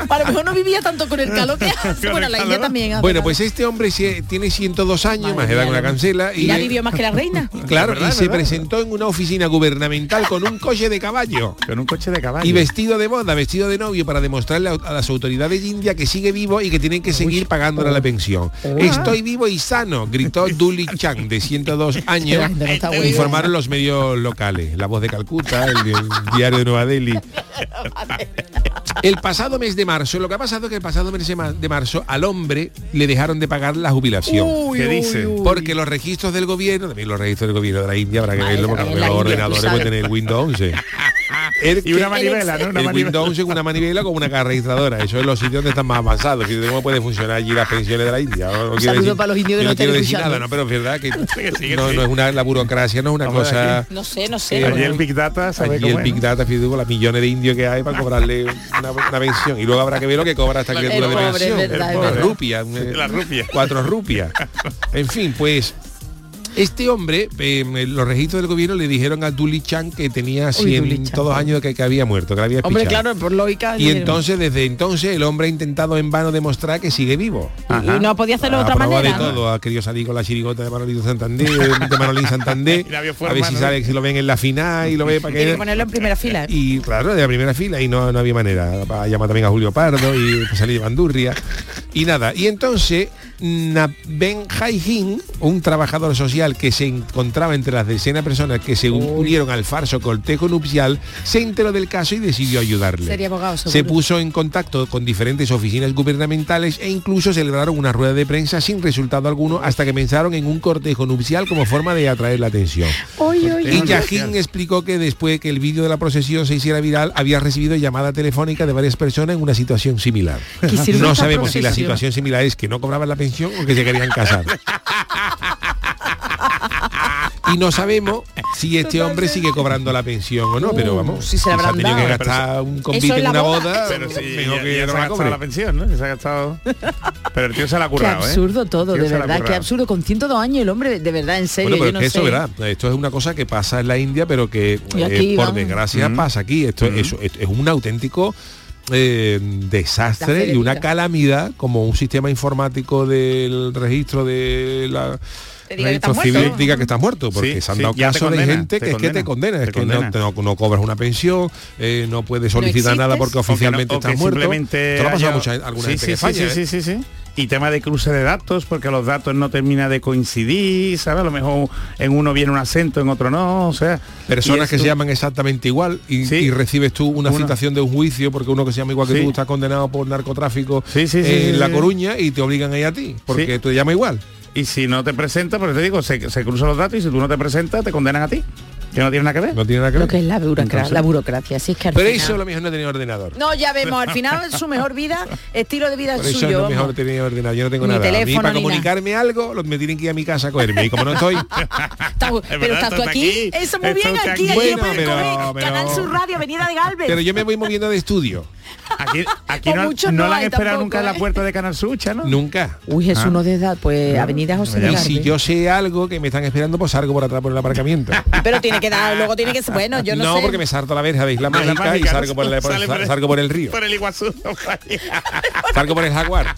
S8: A lo mejor no vivía tanto con el calor que hace.
S9: Con
S8: Bueno,
S9: el
S8: la India
S9: calor.
S8: también. hace
S5: Bueno,
S8: calor.
S5: pues este hombre se- tiene 102 años,
S8: Madre
S5: más edad
S8: mía,
S5: que una
S8: lo-
S5: cancela.
S8: Y ya
S5: eh,
S8: vivió más que la reina.
S5: [LAUGHS] Claro,
S9: Es verdad,
S5: y
S9: es
S5: se
S9: verdad.
S5: presentó en una oficina gubernamental con un coche de caballo.
S9: Con un coche de caballo.
S5: Y vestido de boda, vestido de novio para demostrarle a, a las autoridades india que sigue vivo y que tienen que seguir pagándole
S8: oh.
S5: la pensión. Estoy vivo y sano, gritó Duli Chang,
S8: [LAUGHS]
S5: de 102 años.
S8: Pero está bueno.
S5: Informaron los medios locales, La Voz de Calcuta, el, el diario de Nueva
S8: [LAUGHS]
S5: Delhi. El pasado mes de marzo, lo que ha pasado es que el pasado mes de ma- de marzo al hombre le dejaron de pagar la jubilación.
S9: ¿Qué dice?
S5: Porque los registros del gobierno, también los registros del gobierno de la India, habrá que
S8: Madre
S5: verlo porque a
S8: mía,
S5: lo
S8: la
S5: mejor los
S8: India, tú
S5: ordenadores
S8: sabes.
S5: pueden tener el Windows
S8: [LAUGHS]
S5: 11. El
S9: Y
S5: que-
S9: una manivela, ¿no? Una
S5: el
S9: manivela.
S5: Windows 11 con una manivela con una caja registradora. Eso es los sitios donde están más avanzados. Fíjate cómo pueden funcionar allí las pensiones de la India. No, No quiero
S8: saludo para los indios que
S5: yo
S8: nos
S5: no
S8: están
S5: quiero decir
S8: escuchando.
S5: nada, no, pero es verdad
S9: [LAUGHS]
S5: que
S9: sigue,
S5: no,
S9: sigue.
S5: no es una, la burocracia no es una
S9: Vamos de
S5: cosa...
S9: aquí.
S8: No sé, no sé.
S5: Eh,
S9: Allí el Big Data, ¿sabe
S5: Allí
S9: cómo
S5: el
S9: es?
S5: Big Data, fíjate tú, con las millones de indios que hay para cobrarle una, una pensión. Y luego habrá que ver lo que cobra esta criatura de
S8: pobre,
S5: pensión.
S8: es verdad,
S9: es
S5: Una
S9: verdad.
S5: rupia, un- eh,
S9: La rupia.
S5: Cuatro
S9: [LAUGHS]
S5: rupias. En fin, pues... Este hombre, eh, los registros del gobierno le dijeron a Duli Chan que tenía
S8: Uy, Duli Chan.
S5: 102 años que, que había muerto, que la había
S8: Hombre,
S5: espichado.
S8: claro, por lógica.
S5: Y entonces, desde entonces, el hombre ha intentado en vano demostrar que sigue vivo.
S8: Y no podía hacerlo de
S5: A
S8: otra
S5: prueba
S8: manera.
S5: de
S8: ¿no?
S5: todo. Ha querido salir con la chirigota de Manolín Santander, de Manolín Santander.
S9: [LAUGHS] Y la vio
S5: a ver
S9: fuera,
S5: si
S9: ¿no?
S5: sale, si lo ven en la final y lo ve para
S9: [LAUGHS]
S8: Tiene que
S5: que...
S8: ponerlo en primera fila. ¿eh?
S5: Y claro, de la primera fila y no, no pues, había manera. Va a llamar también a Julio Pardo y salir de Bandurria. Y nada. Y entonces Ben Hai-jin, un trabajador social que se encontraba entre las decenas de personas que se un- unieron al farso cortejo nupcial, se enteró del caso y decidió ayudarle.
S8: Sería abogado, seguro.
S5: se puso en contacto con diferentes oficinas gubernamentales e incluso celebraron una rueda de prensa sin resultado alguno hasta que pensaron en un cortejo nupcial como forma de atraer la atención. Y Yajín explicó que después que el vídeo de la procesión se hiciera viral, había recibido llamada telefónica de varias personas en una situación similar.
S11: Que sirve
S5: No
S11: esta
S5: sabemos si la
S11: procesión.
S5: situación similar es que no cobraban la pensión o que se querían
S9: [LAUGHS]
S5: casar. Y no sabemos si este hombre sigue cobrando la pensión o no, pero vamos,
S9: Uh, si se la
S5: ha
S9: habrán
S5: tenido que
S9: dado.
S5: gastar
S9: Pero
S5: un
S9: eso-
S5: convite
S9: eso
S5: en
S9: en la
S5: una
S9: boda.
S5: boda,
S9: Pero sí,
S5: mejor
S9: ya-
S5: que
S9: ya
S5: no
S9: se
S5: la
S9: ha gastado
S5: cobre.
S9: la pensión, ¿no? Que se ha gastado. Pero el tío se la ha
S8: Qué
S9: currado, ¿eh?
S8: absurdo todo,
S9: El tío
S8: de
S9: se la ha
S8: verdad, qué
S9: currado.
S8: absurdo. Con 102 años el hombre, de verdad, en serio,
S5: Bueno, pero
S8: yo
S5: es
S8: no
S5: que eso,
S8: sé.
S5: ¿verdad? Esto es una cosa que pasa en la India, pero que
S8: Y
S5: eh,
S8: aquí,
S5: por
S8: vamos.
S5: desgracia
S8: Mm.
S5: pasa aquí. Esto es, es- es un auténtico eh, desastre y una
S8: Caceretita.
S5: calamidad como un sistema informático del registro de la
S8: Te diga que estás
S5: registro civil
S8: muerto.
S5: diga que estás muerto porque
S9: Sí,
S5: se han
S9: sí,
S5: dado
S9: ya te
S5: casos de
S9: condena,
S5: gente
S9: te
S5: que es que te
S9: condena,
S5: condena es
S9: te
S5: que
S9: condena.
S5: No, no- no cobras una pensión eh, no puedes solicitar nada porque oficialmente
S9: O que
S5: estás muerto
S9: simplemente
S5: Esto lo ha pasado a
S9: haya-
S5: mucha- alguna
S9: Sí,
S5: gente
S9: sí,
S5: que
S9: sí,
S5: falla,
S9: sí,
S5: ¿eh?
S9: sí, sí, sí. Y tema de cruce de datos, porque los datos no terminan de coincidir, ¿sabes? A lo mejor en uno viene un acento, en otro no, o sea...
S5: Personas que se llaman exactamente igual y, y recibes tú una
S9: Una.
S5: citación de un juicio porque uno que se llama igual que
S9: Sí.
S5: tú está condenado por narcotráfico
S9: sí, sí,
S5: en
S9: sí,
S5: La
S9: sí.
S5: Coruña y te obligan a ir a ti porque tú te llamas igual.
S9: Y si no te presentas, pero te digo, se, se cruzan los datos y si tú no te presentas, te condenan a ti. Que no tiene nada que ver.
S5: No tiene nada
S8: Lo que es la burocracia,
S9: Entonces-
S8: la burocracia, si es que al
S5: Pero
S8: final-
S5: eso a lo mejor no tenía ordenador.
S8: No, ya vemos, al
S5: [LAUGHS]
S8: final su mejor vida, estilo de vida
S5: Por
S8: es
S5: eso
S8: suyo.
S5: no
S8: vamos.
S5: mejor tenía ordenador, yo no tengo
S8: Ni
S5: nada. a mí
S8: teléfono,
S5: para
S8: ni
S5: comunicarme algo, lo- me tienen que ir a mi casa a cogerme. Y como no
S8: [LAUGHS]
S5: estoy. [LAUGHS]
S8: Está- pero
S5: verdad,
S8: estás tú
S5: estás
S8: aquí.
S5: aquí.
S8: Eso muy
S5: Está
S8: bien,
S5: usted
S8: aquí,
S5: aquí.
S8: aquí
S5: Bueno,
S8: puedes
S5: pero-
S8: comer.
S5: pero-
S8: Canal Sur Radio, Avenida de Galvez.
S5: pero yo me voy moviendo de estudio.
S9: Aquí, aquí
S8: Pues
S9: no,
S8: muchos
S9: no
S8: no
S9: la han
S8: hay
S9: esperado
S8: tampoco,
S9: nunca en
S8: ¿eh?
S9: la puerta de Canal Sucha, ¿no?
S5: Nunca.
S8: Uy, Jesús,
S5: Ah.
S8: no desde pues Avenida José de
S5: Y si
S8: Galvez.
S5: yo sé algo que me están esperando, pues salgo por atrás por el aparcamiento.
S8: Pero tiene que dar, luego tiene que
S5: [LAUGHS]
S8: ser, [LAUGHS] bueno, yo no, sé.
S5: porque me salto a la verja de Isla
S9: Isla
S5: Mágica y
S9: Mágica,
S5: salgo por, la- por-
S9: sale por el-
S5: salgo por el río.
S9: Por el Iguazú.
S5: Salgo por el jaguar.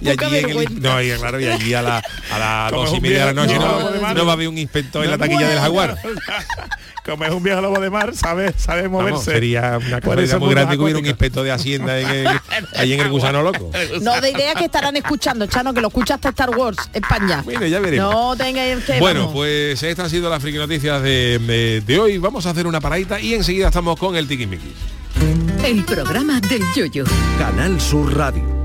S5: y allí, en el- no, y claro, y allí a las a las
S9: Como es
S5: dos y
S9: un
S5: media de la
S9: viejo-
S5: noche
S9: no,
S5: no, no,
S9: no, no.
S5: va a haber un inspector en la taquilla del jaguar.
S9: [LAUGHS] Como es un viejo lobo de mar, sabe, sabe moverse.
S5: Vamos, sería una
S9: Por
S5: cosa
S9: eso
S5: muy
S9: mundos
S5: grande que hubiera un
S9: acuáticos.
S5: inspector de Hacienda en
S9: [LAUGHS]
S5: el- allí en el gusano loco.
S8: No, de idea que estarán escuchando, Chano, que lo escucha hasta Star Wars, España.
S5: Mira, ya veremos.
S8: No tengáis que...
S5: Bueno,
S8: vamos.
S5: pues estas han sido las friki noticias de, de- de hoy. Vamos a hacer una paradita y enseguida estamos con el Tikimiki.
S2: El programa del yoyo.
S3: Canal Sur Radio.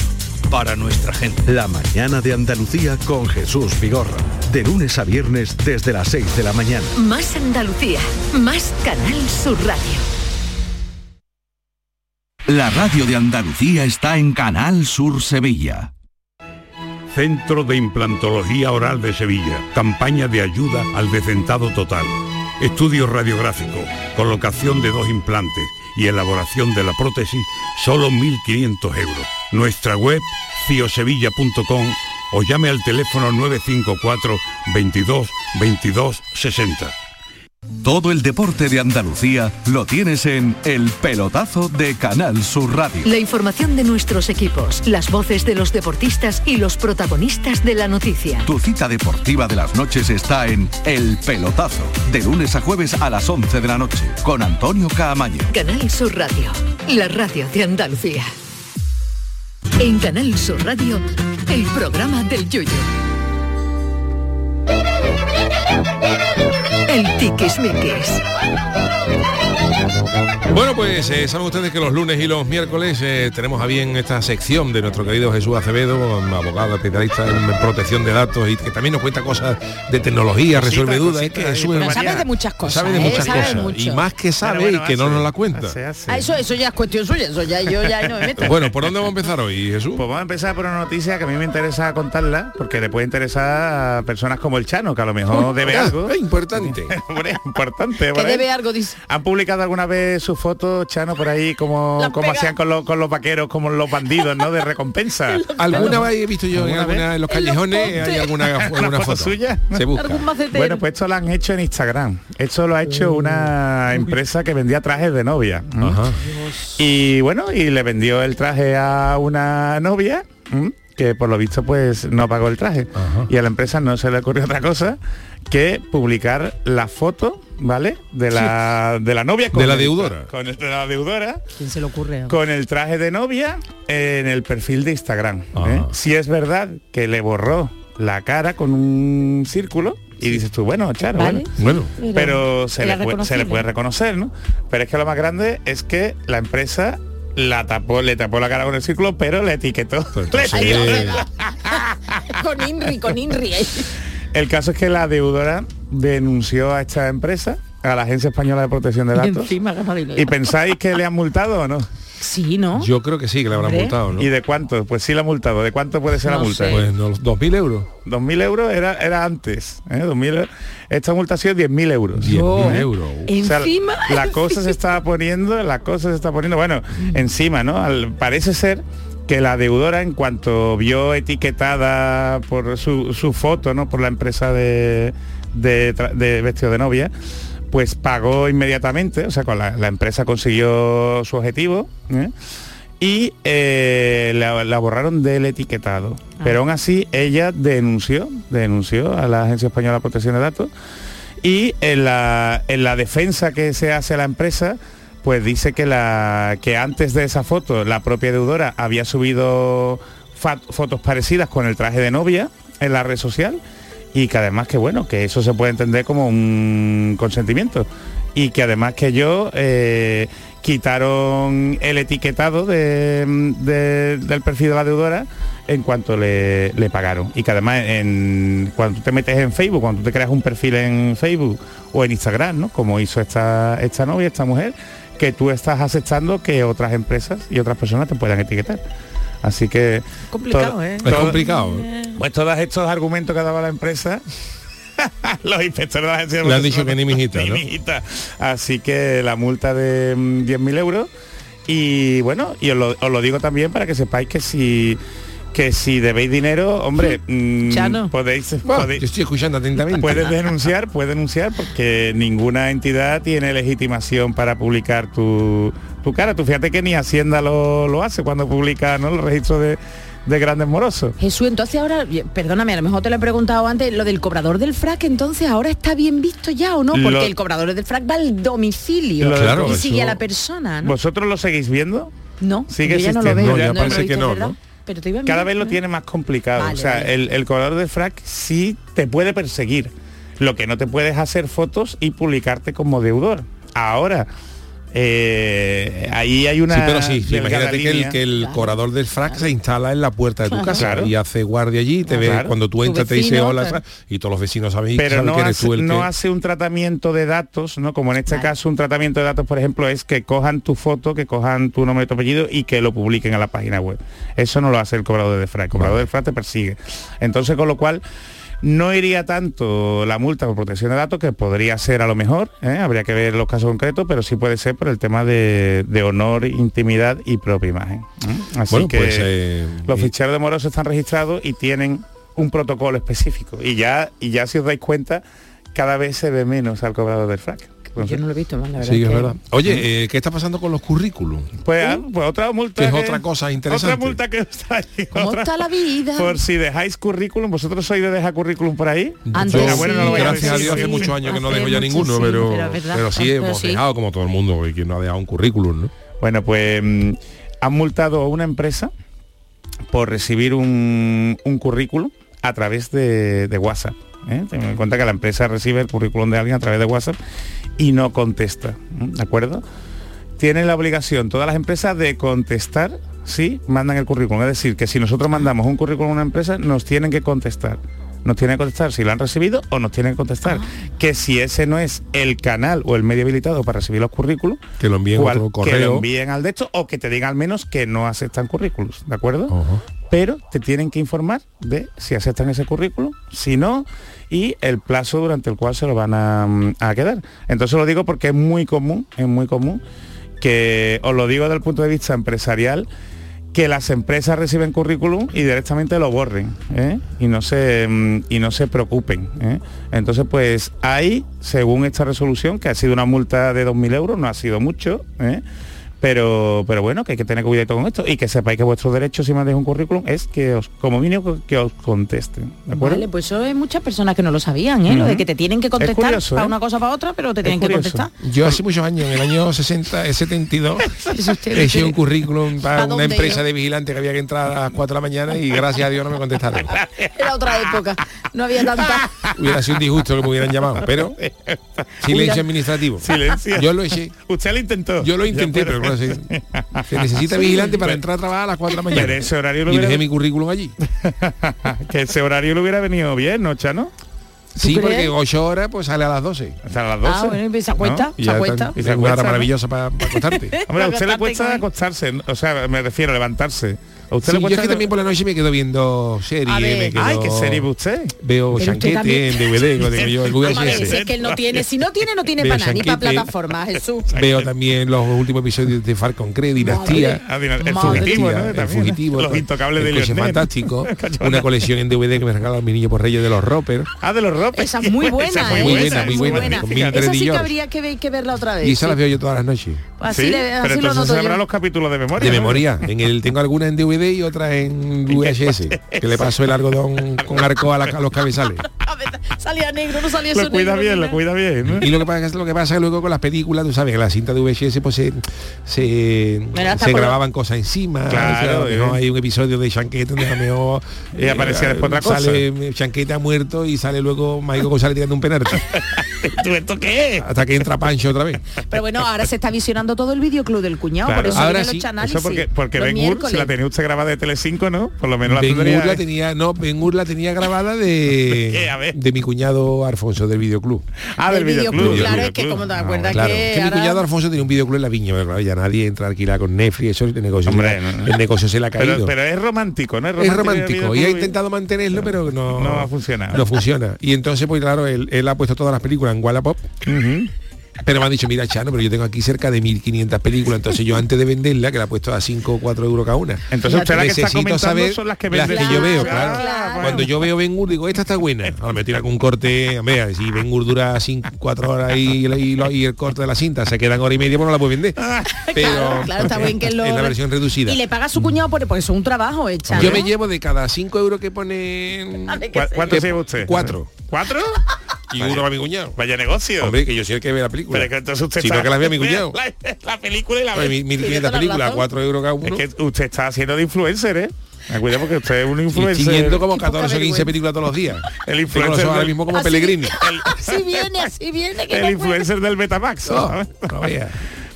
S4: para nuestra gente.
S3: La mañana de Andalucía con Jesús Vigorra. De lunes a viernes desde las 6 de la mañana.
S2: Más Andalucía, más Canal Sur Radio.
S12: La radio de Andalucía está en Canal Sur Sevilla.
S13: Centro de Implantología Oral de Sevilla. Campaña de ayuda al decentado total. Estudio radiográfico, colocación de dos implantes y elaboración de la prótesis, solo 1.500 euros. Nuestra web, ciosevilla.com o llame al teléfono 954 22 22 60.
S12: Todo el deporte de Andalucía lo tienes en El Pelotazo de Canal Sur Radio.
S2: La información de nuestros equipos, las voces de los deportistas y los protagonistas de la noticia.
S12: Tu cita deportiva de las noches está en El Pelotazo, de lunes a jueves a las 11 de la noche, con Antonio Caamaño.
S2: Canal Sur Radio, la radio de Andalucía. En Canal Sur Radio, el programa del yoyo. El tiquismiquis.
S5: Bueno, pues eh, saben ustedes que los lunes y los miércoles eh, tenemos a bien esta sección de nuestro querido Jesús Acevedo, un abogado especialista en protección de datos y que también nos cuenta cosas de tecnología,
S4: Cositas,
S5: resuelve dudas. Es
S4: cositas,
S5: que Jesús es
S8: Pero sabe
S5: un-
S8: de muchas cosas.
S5: sabe de
S8: ¿eh?
S5: muchas
S8: Sabe
S5: cosas
S8: mucho.
S5: y más que sabe y que no nos la cuenta.
S8: Ah, eso, eso ya es cuestión suya, eso ya yo ya no me meto.
S5: Bueno, ¿por dónde vamos a empezar hoy, Jesús?
S9: Pues vamos a empezar por una noticia que a mí me interesa contarla, porque le puede interesar a personas como el Chano, que a lo mejor debe
S5: Ah,
S9: algo.
S5: Es importante.
S9: [LAUGHS] Hombre, importante.
S8: que
S9: ¿vale?
S8: debe algo, dice.
S9: ¿Han publicado alguna vez sus fotos, Chano, por ahí, como,
S8: La
S9: como
S8: pega.
S9: hacían con los, con los vaqueros, como los bandidos, ¿no? De
S8: [LAUGHS]
S9: recompensa.
S5: [LAUGHS] Alguna vez he visto yo en,
S9: ¿Alguna vez?
S5: alguna- en los callejones hay
S9: [LAUGHS]
S5: alguna, alguna foto,
S9: suya?
S5: Se busca.
S9: Bueno, pues esto lo han hecho en Instagram. Esto lo ha hecho una empresa que vendía trajes de novia. ¿m? Y bueno, y le vendió el traje a una novia. ¿m? que por lo visto pues no pagó el traje y a la empresa no se le ocurrió otra cosa que publicar la foto vale de la de la novia
S5: De la
S9: el-
S5: deudora.
S9: con el- de la deudora
S8: ¿Quién se le ocurre?
S9: con el traje de novia en el perfil de Instagram.
S5: Ah.
S9: ¿eh? Si es verdad que le borró la cara con un círculo y dices tú, bueno, claro,
S5: Vale.
S9: bueno,
S5: Bueno.
S9: pero se
S5: Era
S9: le, puede, se
S5: reconocible.
S9: le puede reconocer, ¿no? Pero es que lo más grande es que la empresa la tapó, le tapó la cara con el círculo, pero le etiquetó.
S5: Pues
S9: [LAUGHS] Le
S8: entonces-
S9: etiquetó.
S8: Ay, Con Inri, con Inri. ahí.
S9: El caso es que la deudora denunció a esta empresa, a la Agencia Española de Protección de
S8: Y
S9: Datos.
S8: encima, que marino.
S9: ¿Y pensáis que le han multado
S5: [LAUGHS]
S9: o no?
S8: Sí, ¿no?
S5: Yo creo que sí, que le habrán
S9: Hombre.
S5: multado, ¿no?
S9: ¿Y de cuánto? Pues sí la ha multado. ¿De cuánto puede ser la
S5: No
S9: multa?
S5: sé. Pues no, 2.000 euros.
S9: 2.000 euros era, era antes. ¿eh? 2.000 euros. Esta multa ha sido 10.000 euros.
S5: 10.000
S9: ¿eh?
S5: euros.
S9: O sea,
S5: Encima.
S9: la cosa se está poniendo, la cosa se está poniendo, bueno, encima, ¿no? Al- parece ser que la deudora, en cuanto vio etiquetada por su, su foto, ¿no? Por la empresa de, de, tra- de vestido de novia, pues pagó inmediatamente, o sea, con la, la empresa consiguió su objetivo, ¿eh? y eh, la, la borraron del etiquetado. Pero aún así ella denunció, denunció a la Agencia Española de Protección de Datos y en la, en la defensa que se hace a la empresa, pues dice que, la, que antes de esa foto la propia deudora había subido fa- fotos parecidas con el traje de novia en la red social y que además que bueno, que eso se puede entender como un consentimiento y que además que yo eh, quitaron el etiquetado de- de- del perfil de la deudora en cuanto le, le pagaron y que además en, cuando tú te metes en Facebook, cuando tú te creas un perfil en Facebook o en Instagram, ¿no? como hizo esta, esta novia, esta mujer, que tú estás aceptando que otras empresas y otras personas te puedan etiquetar. Así que...
S5: Complicado,
S9: todo-
S5: ¿eh? Es
S9: todo-
S5: complicado.
S9: Pues todos estos argumentos que daba la empresa [LAUGHS] los inspectores de la agencia de
S5: Le han dicho
S9: protección
S5: que ni mijita,
S9: ni
S5: ¿no?
S9: mijita. Así que la multa de mm, 10.000 euros. Y bueno, y os lo, os lo digo también para que sepáis que si que si debéis dinero, hombre, mm,
S5: Chano.
S9: podéis,
S5: Bueno,
S9: podéis-
S5: te estoy escuchando atentamente.
S9: puedes denunciar, puedes denunciar porque ninguna entidad tiene legitimación para publicar tu, tu cara. Tú fíjate que ni Hacienda lo, lo hace cuando publica ¿no? el registro de, de grandes morosos.
S8: Jesús, entonces ahora, eh, perdóname, a lo mejor te lo he preguntado antes, lo del cobrador del frac, entonces ahora está bien visto ya o no, porque
S9: Lo-
S8: el cobrador del frac va al domicilio
S9: Lo del Claro,
S8: y
S9: eso-
S8: sigue a la persona, Ah, ¿no?
S9: ¿Vosotros lo seguís viendo?
S8: No,
S9: Sigue
S8: yo ya no lo
S9: existiendo.
S8: veo.
S9: No, ya
S8: lo he
S9: parece que
S8: visto,
S9: no,
S8: ¿verdad?
S9: ¿no?
S8: Pero te iba a
S9: Cada
S8: mirar,
S9: vez lo
S8: ¿no?
S9: tiene más complicado.
S8: Vale,
S9: o sea,
S8: vale.
S9: el, el cobrador de frac sí te puede perseguir. Lo que no te puedes hacer fotos y publicarte como deudor. Ahora, eh, ahí hay una.
S5: Sí, pero sí, sí,
S9: delgada
S5: imagínate que el,
S9: línea.
S5: que el cobrador del frac se instala en la puerta de tu casa
S9: Claro.
S5: y hace guardia allí, te ve
S9: Claro.
S5: cuando tú
S9: Tu
S5: entras te dice
S9: vecino,
S5: hola
S9: claro.
S5: y todos los vecinos saben
S9: pero
S5: saben
S9: no,
S5: que eres
S9: hace,
S5: tú el
S9: no
S5: que-
S9: hace un tratamiento de datos, ¿no? Como en este caso un tratamiento de datos, por ejemplo, es que cojan tu foto, que cojan tu nombre y tu apellido y que lo publiquen a la página web. Eso no lo hace el cobrador de frac. El cobrador de frac te persigue. Entonces, con lo cual, no iría tanto la multa por protección de datos, que podría ser a lo mejor, ¿eh? habría que ver los casos concretos, pero sí puede ser por el tema de, de honor, intimidad y propia imagen. ¿eh? Así
S5: Bueno,
S9: que
S5: pues, eh,
S9: los
S5: y-
S9: ficheros de morosos están registrados y tienen un protocolo específico. Y ya, y ya si os dais cuenta, cada vez se ve menos al cobrador del frac.
S8: Yo no lo he visto más, la verdad.
S5: Sí,
S8: es
S5: es
S8: que-
S5: verdad. Oye, eh, ¿qué está pasando con los currículum?
S9: Pues, ah, pues otra multa.
S5: Que es otra cosa interesante.
S9: Otra multa que está ahí.
S8: ¿Cómo
S9: otra-
S8: está la vida?
S9: Por si dejáis currículum, vosotros sois de dejar currículum por ahí.
S8: Antes
S9: Pero bueno, no lo vayáis
S5: gracias a
S9: decir,
S5: Dios hace
S9: porque-
S5: muchos años que no dejo ya ninguno, pero,
S9: pero
S5: pero,
S9: es verdad,
S5: sí
S9: pero
S5: hemos
S9: sí.
S5: dejado como todo el mundo, y quien no ha dejado un currículum, ¿no?
S9: Bueno, pues mm, han multado a una empresa por recibir un, un currículum a través de, de WhatsApp. ¿eh? Ten en cuenta que la empresa recibe el currículum de alguien a través de WhatsApp y no contesta, ¿m? ¿de acuerdo? tienen la obligación todas las empresas de contestar si mandan el currículum. Es decir, que si nosotros mandamos un currículum a una empresa, nos tienen que contestar. Nos tienen que contestar si lo han recibido o nos tienen que contestar. Que si ese no es el canal o el medio habilitado para recibir los currículos,
S14: Que lo envíen
S9: cual-
S14: otro correo.
S9: que lo envíen al de esto o que te digan al menos que no aceptan currículos, ¿de acuerdo? Pero te tienen que informar de si aceptan ese currículum, si no, y el plazo durante el cual se lo van a, mm, a quedar. Entonces lo digo porque es muy común, es muy común, que os lo digo desde el punto de vista empresarial, que las empresas reciben currículum y directamente lo borren ¿eh? y no se mm, y no se preocupen ¿eh? entonces pues ahí según esta resolución que ha sido una multa de 2.000 euros no ha sido mucho ¿eh? pero pero bueno que hay que tener cuidado con esto y que sepáis que vuestros derechos si mandéis un currículum es que os como mínimo que os contesten ¿de acuerdo?
S8: Vale, pues eso es muchas personas que no lo sabían, ¿eh? Lo de
S9: Ujú.
S8: que te tienen que
S9: Es
S8: contestar
S9: curioso,
S8: para
S9: ¿eh?
S8: una cosa para otra, pero te tienen que contestar.
S5: Yo hace muchos años, en el año 60, eh,
S9: [LAUGHS]
S5: 72, le hice un currículum
S8: ¿Pa
S5: para
S8: dónde
S5: una
S8: iba?
S5: empresa de vigilante que había que entrar a las 4 de la mañana y gracias a Dios no me contestaron.
S8: [LAUGHS] Era otra época, no había
S9: [LAUGHS]
S8: tanta.
S5: Hubiera sido un disgusto que me hubieran llamado, pero
S9: Hubiera-
S5: silencio administrativo.
S9: [LAUGHS] Silencio.
S5: Yo lo eché.
S9: Usted lo intentó.
S5: Yo lo intenté, pero claro, se, se necesita vigilante para
S9: Pero-
S5: entrar a trabajar a las 4 de la mañana.
S9: Pero ese horario lo
S5: y
S9: hubiera-
S5: dejé mi currículum allí.
S9: [LAUGHS] que ese horario le hubiera venido bien no Chano
S5: Sí,
S9: crees?
S5: porque 8 horas pues sale a las 12.
S9: hasta las 12
S8: Ah, bueno, y se acuesta,
S9: ¿no?
S8: se acuesta.
S5: Y se
S9: acuesta, ¿no?
S5: maravillosa para
S9: [LAUGHS]
S5: acostarte.
S9: Hombre, a usted le
S5: Acostarte
S9: cuesta
S5: con-
S9: acostarse, o sea, me refiero a levantarse. A usted
S5: Sí,
S9: le
S5: yo
S9: cuesta
S5: es que también por la noche me quedo viendo series.
S9: A ver.
S5: me quedo-
S9: Ay, ¿qué serie ve usted?
S5: Veo
S9: Pero usted
S5: Chanquete en
S9: también-
S5: DVD, lo tengo yo, el
S9: [LAUGHS]
S8: Vamos a ver, si
S5: VHS.
S8: es que él no tiene, si no tiene, no tiene
S5: Veo
S8: para nada, ni para
S5: Sanquete.
S8: plataformas, Jesús.
S5: Veo también los últimos episodios de Falcon Cree, Dinastía.
S9: Ah, Dina- El fugitivo, ¿no?
S5: Dinastía, El
S9: También.
S5: fugitivo.
S9: Los intocables de
S5: El coche
S9: Lionel. [LAUGHS]
S5: fantástico. Una colección en DVD que me regalaron mis niños por Reyes de los Roppers.
S9: Ah, de los ropes.
S8: Esa es muy buena,
S5: Muy
S8: ¿eh?
S5: buena,
S8: Esa es
S5: muy buena, con mil tres
S8: Esa sí que
S5: Dior.
S8: habría que, ver- que verla otra vez.
S5: Y esas las
S8: sí.
S5: veo yo todas las noches.
S8: Así le- así
S9: pero
S8: lo
S9: entonces
S8: noto yo. [LAUGHS]
S9: sabrá los capítulos de memoria.
S5: De
S9: ¿no?
S5: memoria. En el, tengo alguna en DVD y otra en
S9: [LAUGHS]
S5: VHS. Que le paso el algodón con arco a, la- a los cabezales.
S8: Ah, Salía negro, no salía eso negro, ni nada.
S9: cuida bien.
S5: Y lo que pasa es lo que pasa es que luego con las películas, tú sabes, que la cinta de VHS pues se, se,
S9: Pero hasta
S5: se
S9: por-
S5: grababan cosas encima.
S9: Claro,
S5: o sea, a lo mejor
S9: eh.
S5: hay un episodio de Chanquete donde a lo mejor,
S9: [LAUGHS] Y aparecía después otra cosa.
S5: Sale Chanquete ha muerto y sale luego Michael González tirando un
S9: [LAUGHS]
S5: penalti.
S9: [LAUGHS] ¿Tú esto qué es?
S5: Hasta que entra Pancho otra vez.
S8: Pero bueno, ah, ahora se está visionando todo el videoclub del cuñado,
S9: Claro.
S8: por eso
S5: Ahora
S8: vienen
S5: sí.
S8: los este análisis.
S9: Eso porque, porque
S8: los
S9: Ben Hur,
S8: miércoles.
S9: si la tenía usted grabada de Telecinco, ¿no? Por lo menos la
S5: Ben
S9: tendría.
S5: Hur la tenía, no, Ben Hur la tenía grabada
S9: [LAUGHS]
S5: de, de mi cuñado Alfonso del videoclub.
S9: Ah,
S8: del Del videoclub, videoclub, claro, es que como te acuerdas
S5: claro.
S8: que
S5: mi
S8: ahora-
S5: cuñado Alfonso tenía un videoclub en la viña, pero claro, ya nadie entra a alquilar con Netflix, eso el negocio,
S9: Hombre,
S5: se, le-
S9: no, no.
S5: el negocio se le ha caído.
S9: Pero, pero es romántico, ¿no?
S5: es romántico y ha
S9: videoclub eh.
S5: intentado mantenerlo pero no
S9: No ha funcionado.
S5: no funciona y entonces pues claro él, él ha puesto todas las películas en Wallapop pero me han dicho mira Chano pero yo tengo aquí cerca de 1500 películas entonces yo antes de venderla que la he puesto a 5 o 4 euros cada una
S9: Entonces usted la que está
S5: necesito
S9: comentando
S5: saber
S9: son las que venden.
S5: yo
S9: Claro, Eh.
S5: veo claro, cuando yo veo Ben Gur digo esta está buena ahora me tira con un corte vea si Ben Gur dura 4 horas y, y lo- y el corte de la cinta se quedan hora y media pues no la puedo vender
S9: Ah.
S5: pero
S8: Claro, claro, está
S5: [LAUGHS]
S8: bien que lo...
S5: en la versión reducida
S8: Y le paga a su cuñado por, por eso, un trabajo hecha.
S5: yo me llevo de cada 5 euros que pone
S9: ¿Cuá- ¿Cuánto se lleva usted?
S5: Cuatro.
S9: ¿Cuatro?
S5: Y uno para mi cuñado.
S9: Vaya negocio.
S5: Hombre, que yo soy el que ve la película.
S9: Pero es que entonces usted
S5: si no
S9: está-
S5: que la vea
S9: [LAUGHS]
S5: mi cuñado.
S9: La, la película y la
S5: Oye, mi- 1500 películas, 4 euros cada uno.
S9: Es que usted está haciendo de influencer, ¿eh? Cuidado porque usted es un
S5: Y estoy
S9: influencer.
S5: viendo como 14 o 15 películas todos los días.
S9: El
S5: Tengo los
S9: influencer
S5: ojos ahora
S9: del-
S5: mismo
S8: Ah,
S5: como
S8: [LAUGHS]
S9: Así- [LAUGHS]
S5: Pellegrini.
S8: Así viene, así viene. Que
S9: El
S8: no puede.
S9: influencer del Betamax.
S5: No,
S9: ¿sabes?
S5: Oh, no vea.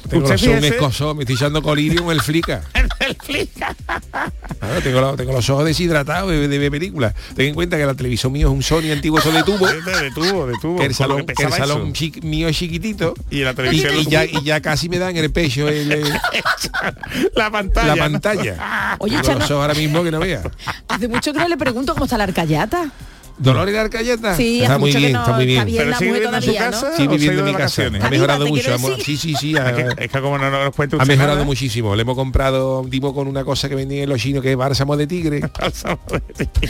S5: Tengo los
S9: Usted
S5: ojos un
S9: fíjese-
S5: escozo, me estoy echando colirio en el
S9: [LAUGHS]
S5: flica.
S9: El flica.
S5: Claro, tengo, los- tengo los ojos deshidratados de, de ver películas. Ten en cuenta que la televisión mío es un Sony antiguo, eso de tubo.
S9: De tubo, de tubo.
S5: Que el
S9: por lo que
S5: salón, que el
S9: pesaba
S5: salón
S9: eso.
S5: chi- mío es chiquitito.
S9: Y la
S5: Y,
S9: televisión.
S5: y [LAUGHS] ya, y ya casi me dan el pecho el, el-
S9: la pantalla.
S5: la
S9: [LAUGHS]
S5: pantalla.
S8: Oye,
S5: Tengo
S8: Chano.
S5: los ojos ahora mismo que no vea.
S8: Hace mucho que no le pregunto cómo está la arcayata.
S5: Dolores de Arcayeta.
S8: Sí,
S5: está
S8: hace
S5: muy
S8: mucho que
S5: bien,
S8: no-
S5: está muy bien.
S8: está bien Pero la sigue mujer viviendo en su todavía, casa ¿no?
S5: Sí,
S9: o se ha
S5: viviendo en
S9: ido
S5: mi
S9: de
S5: casa.
S9: vacaciones?
S5: Ha
S9: Está
S5: mejorado
S9: viva, te
S5: mucho.
S9: quiero
S5: amor. Sí,
S9: decir.
S5: sí, sí. Ha,
S9: [LAUGHS] Es que, es que como no nos cuenta
S5: ha
S9: usted
S5: mejorado
S9: [LAUGHS] nada,
S5: muchísimo. Le hemos comprado un tipo con una cosa que vendían en los chinos que es bálsamo de
S8: [LAUGHS]
S5: tigre.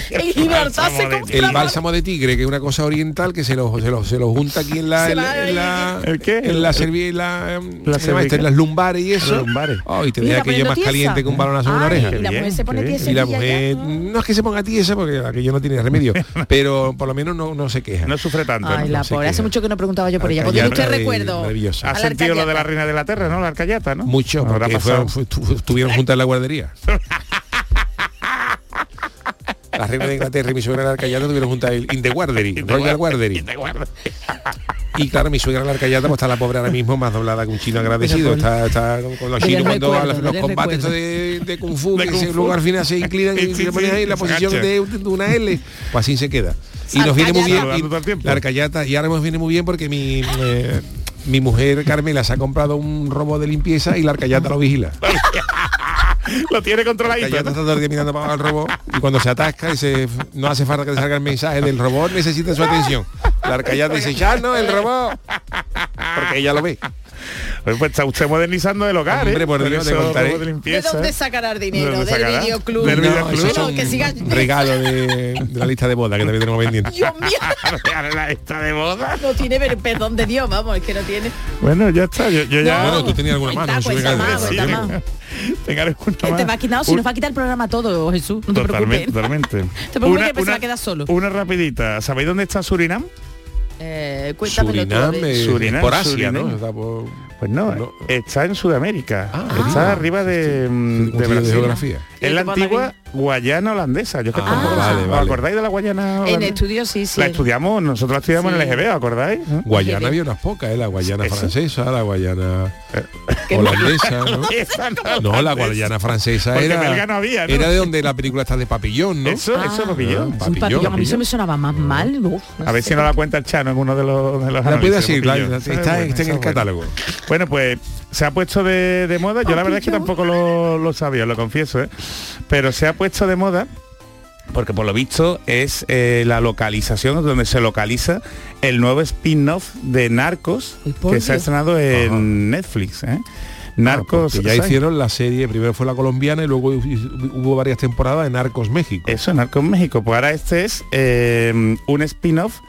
S8: En Gibraltar se
S9: Bálsamo de
S8: compra
S5: El bálsamo de tigre, que es una cosa oriental que se lo, se lo, se lo junta aquí en la,
S8: Se
S5: en,
S8: va [LAUGHS]
S5: en la,
S9: ¿El qué?
S5: en la cervi- en la, em,
S9: La
S5: ¿cómo se llama esto?
S9: cervical.
S5: en las lumbares y eso.
S9: Las lumbares.
S5: Ay, te
S9: Mira,
S5: deja aquello
S9: poniendo
S5: más
S9: tiesa.
S5: caliente que un balonazo en una
S9: Ay,
S5: oreja.
S9: y la mujer se pone tiesa
S5: Y la
S9: y ya,
S5: mujer, no es que se ponga tiesa porque aquello no tiene
S9: [LAUGHS]
S5: remedio, pero por lo menos no, no se queja.
S9: No sufre tanto.
S8: Ay, la pobre. Hace mucho que no preguntaba yo por ella. Porque
S5: Arcayata
S8: usted
S5: de-
S8: recuerdo.
S5: maravillosa.
S8: a
S9: Ha
S8: la
S9: sentido lo de
S8: Arcayata.
S9: la reina de la tierra, ¿no? La arcayata, ¿no?
S5: Ah, Mucho,
S9: Habrá
S5: porque
S9: pasado.
S5: fueron, fu- tu- estuvieron juntas en la guardería. La reina de Inglaterra y mi suegra de Arcayata estuvieron juntas en- in the guardery, Royal Guardery. Y claro, mi suegra la arcayata, pues está la pobre ahora mismo más doblada que un chino agradecido.
S15: Pero
S5: Está, está con- con los
S15: Pero
S5: chinos
S15: les
S5: cuando
S15: recuerdo,
S5: a los
S15: les recuerdo.
S5: combates estos de, de Kung Fu,
S15: De
S5: que
S15: Kung
S5: se-
S15: Fu.
S5: luego al final se inclinan y
S15: Sí,
S5: se
S15: sí,
S5: ponen ahí en la
S15: se
S5: posición
S15: agachan.
S5: de, de una L, pues así se queda. Y nos viene muy
S15: Arcayata.
S5: bien y-
S15: Saludando todo el tiempo.
S5: la arcayata. Y ahora nos viene muy bien porque mi, eh, mi mujer Carmela se ha comprado un robo de limpieza y la arcayata lo vigila.
S9: [LAUGHS] Lo tiene controladito.
S5: Que ya está todo el día mirando para abajo al robot y cuando se atasca y se- no hace falta que le salga el mensaje del robot necesita su atención. La arcayata dice, ya no, el robot. Porque ella lo ve.
S9: Pues está usted modernizando el hogar,
S5: Hombre,
S9: ¿eh?
S5: por Dios, te
S9: eso,
S5: contaré.
S9: robo de
S8: ¿De
S9: limpieza.
S8: dónde sacará el dinero?
S5: ¿De dónde
S8: Del
S5: sacará?
S8: videoclub.
S5: Del videoclub.
S8: Bueno,
S5: Eso es
S8: que
S5: un
S8: siga.
S5: Regalo de, de la lista de boda que también tenemos pendiente.
S9: la lista de boda.
S8: No tiene ver- perdón de Dios, vamos, es que no tiene.
S9: Bueno, ya está. Yo, yo ya.
S8: No, Bueno, tú tenías alguna
S5: más,
S8: no sé, cuenta venga, más, sí, cuenta venga.
S9: Tenga alguna
S8: Que te
S9: más.
S8: va a quitar, Este si
S9: Un-
S8: nos va a quitar el programa todo, Jesús. No te
S9: Totalmente,
S8: preocupes.
S9: totalmente.
S8: [LAUGHS] Te preocupes que se va a quedar solo.
S9: Una rapidita. ¿Sabéis dónde está Surinam?
S8: Eh, cuéntamelo tú, a ver.
S9: Surinam,
S5: por Asia,
S9: Surinam.
S5: ¿no? Está por-
S9: Pues no,
S5: eh.
S9: está en Sudamérica.
S5: Ah,
S9: está arriba de, mm,
S5: tío de
S9: de Brasil.
S5: geografía. Ah,
S9: Es la antigua Guayana holandesa. Yo es que tampoco la sé. ¿Os acordáis de la Guayana
S8: En
S9: holandesa?
S8: estudios sí, sí.
S9: La estudiamos, nosotros la estudiamos en el EGB, ¿os acordáis? [LAUGHS]
S5: Guayana había unas pocas, ¿eh? la Guayana francesa, la Guayana
S8: Eh.
S5: [LAUGHS] holandesa, ¿no? No, la Guayana francesa
S9: Pues, Porque
S5: era,
S9: belga no había, ¿no?
S5: era de donde la película está de Papillón, ¿no?
S9: Eso, eso,
S5: Ah,
S9: Papillón.
S5: ah,
S8: Es un papillón, a mí se
S5: Papillón.
S8: me sonaba más mal. uf, no
S9: A ver
S8: sé.
S9: si no la cuenta el Chano en uno de los... De los
S5: La puede
S9: análisis,
S5: decir,
S9: Papillón.
S5: la- está,
S9: Esa es
S5: está
S9: buena, esa
S5: en
S9: es
S5: el
S9: buena.
S5: catálogo.
S9: Bueno, pues se ha puesto de, de moda, yo la verdad es que tampoco lo, lo sabía, lo confieso, ¿eh? pero se ha puesto de moda porque por lo visto es eh, la localización donde se localiza el nuevo spin-off de Narcos que
S5: por
S9: se ha
S5: Dios.
S9: estrenado en Netflix. ¿eh?
S5: Porque
S9: Narcos
S5: Ah, pues ya
S9: ¿sabes?
S5: hicieron la serie, primero fue la colombiana y luego hu- hubo varias temporadas en Narcos México.
S9: Eso, Narcos México. Pues ahora este es eh, un spin-off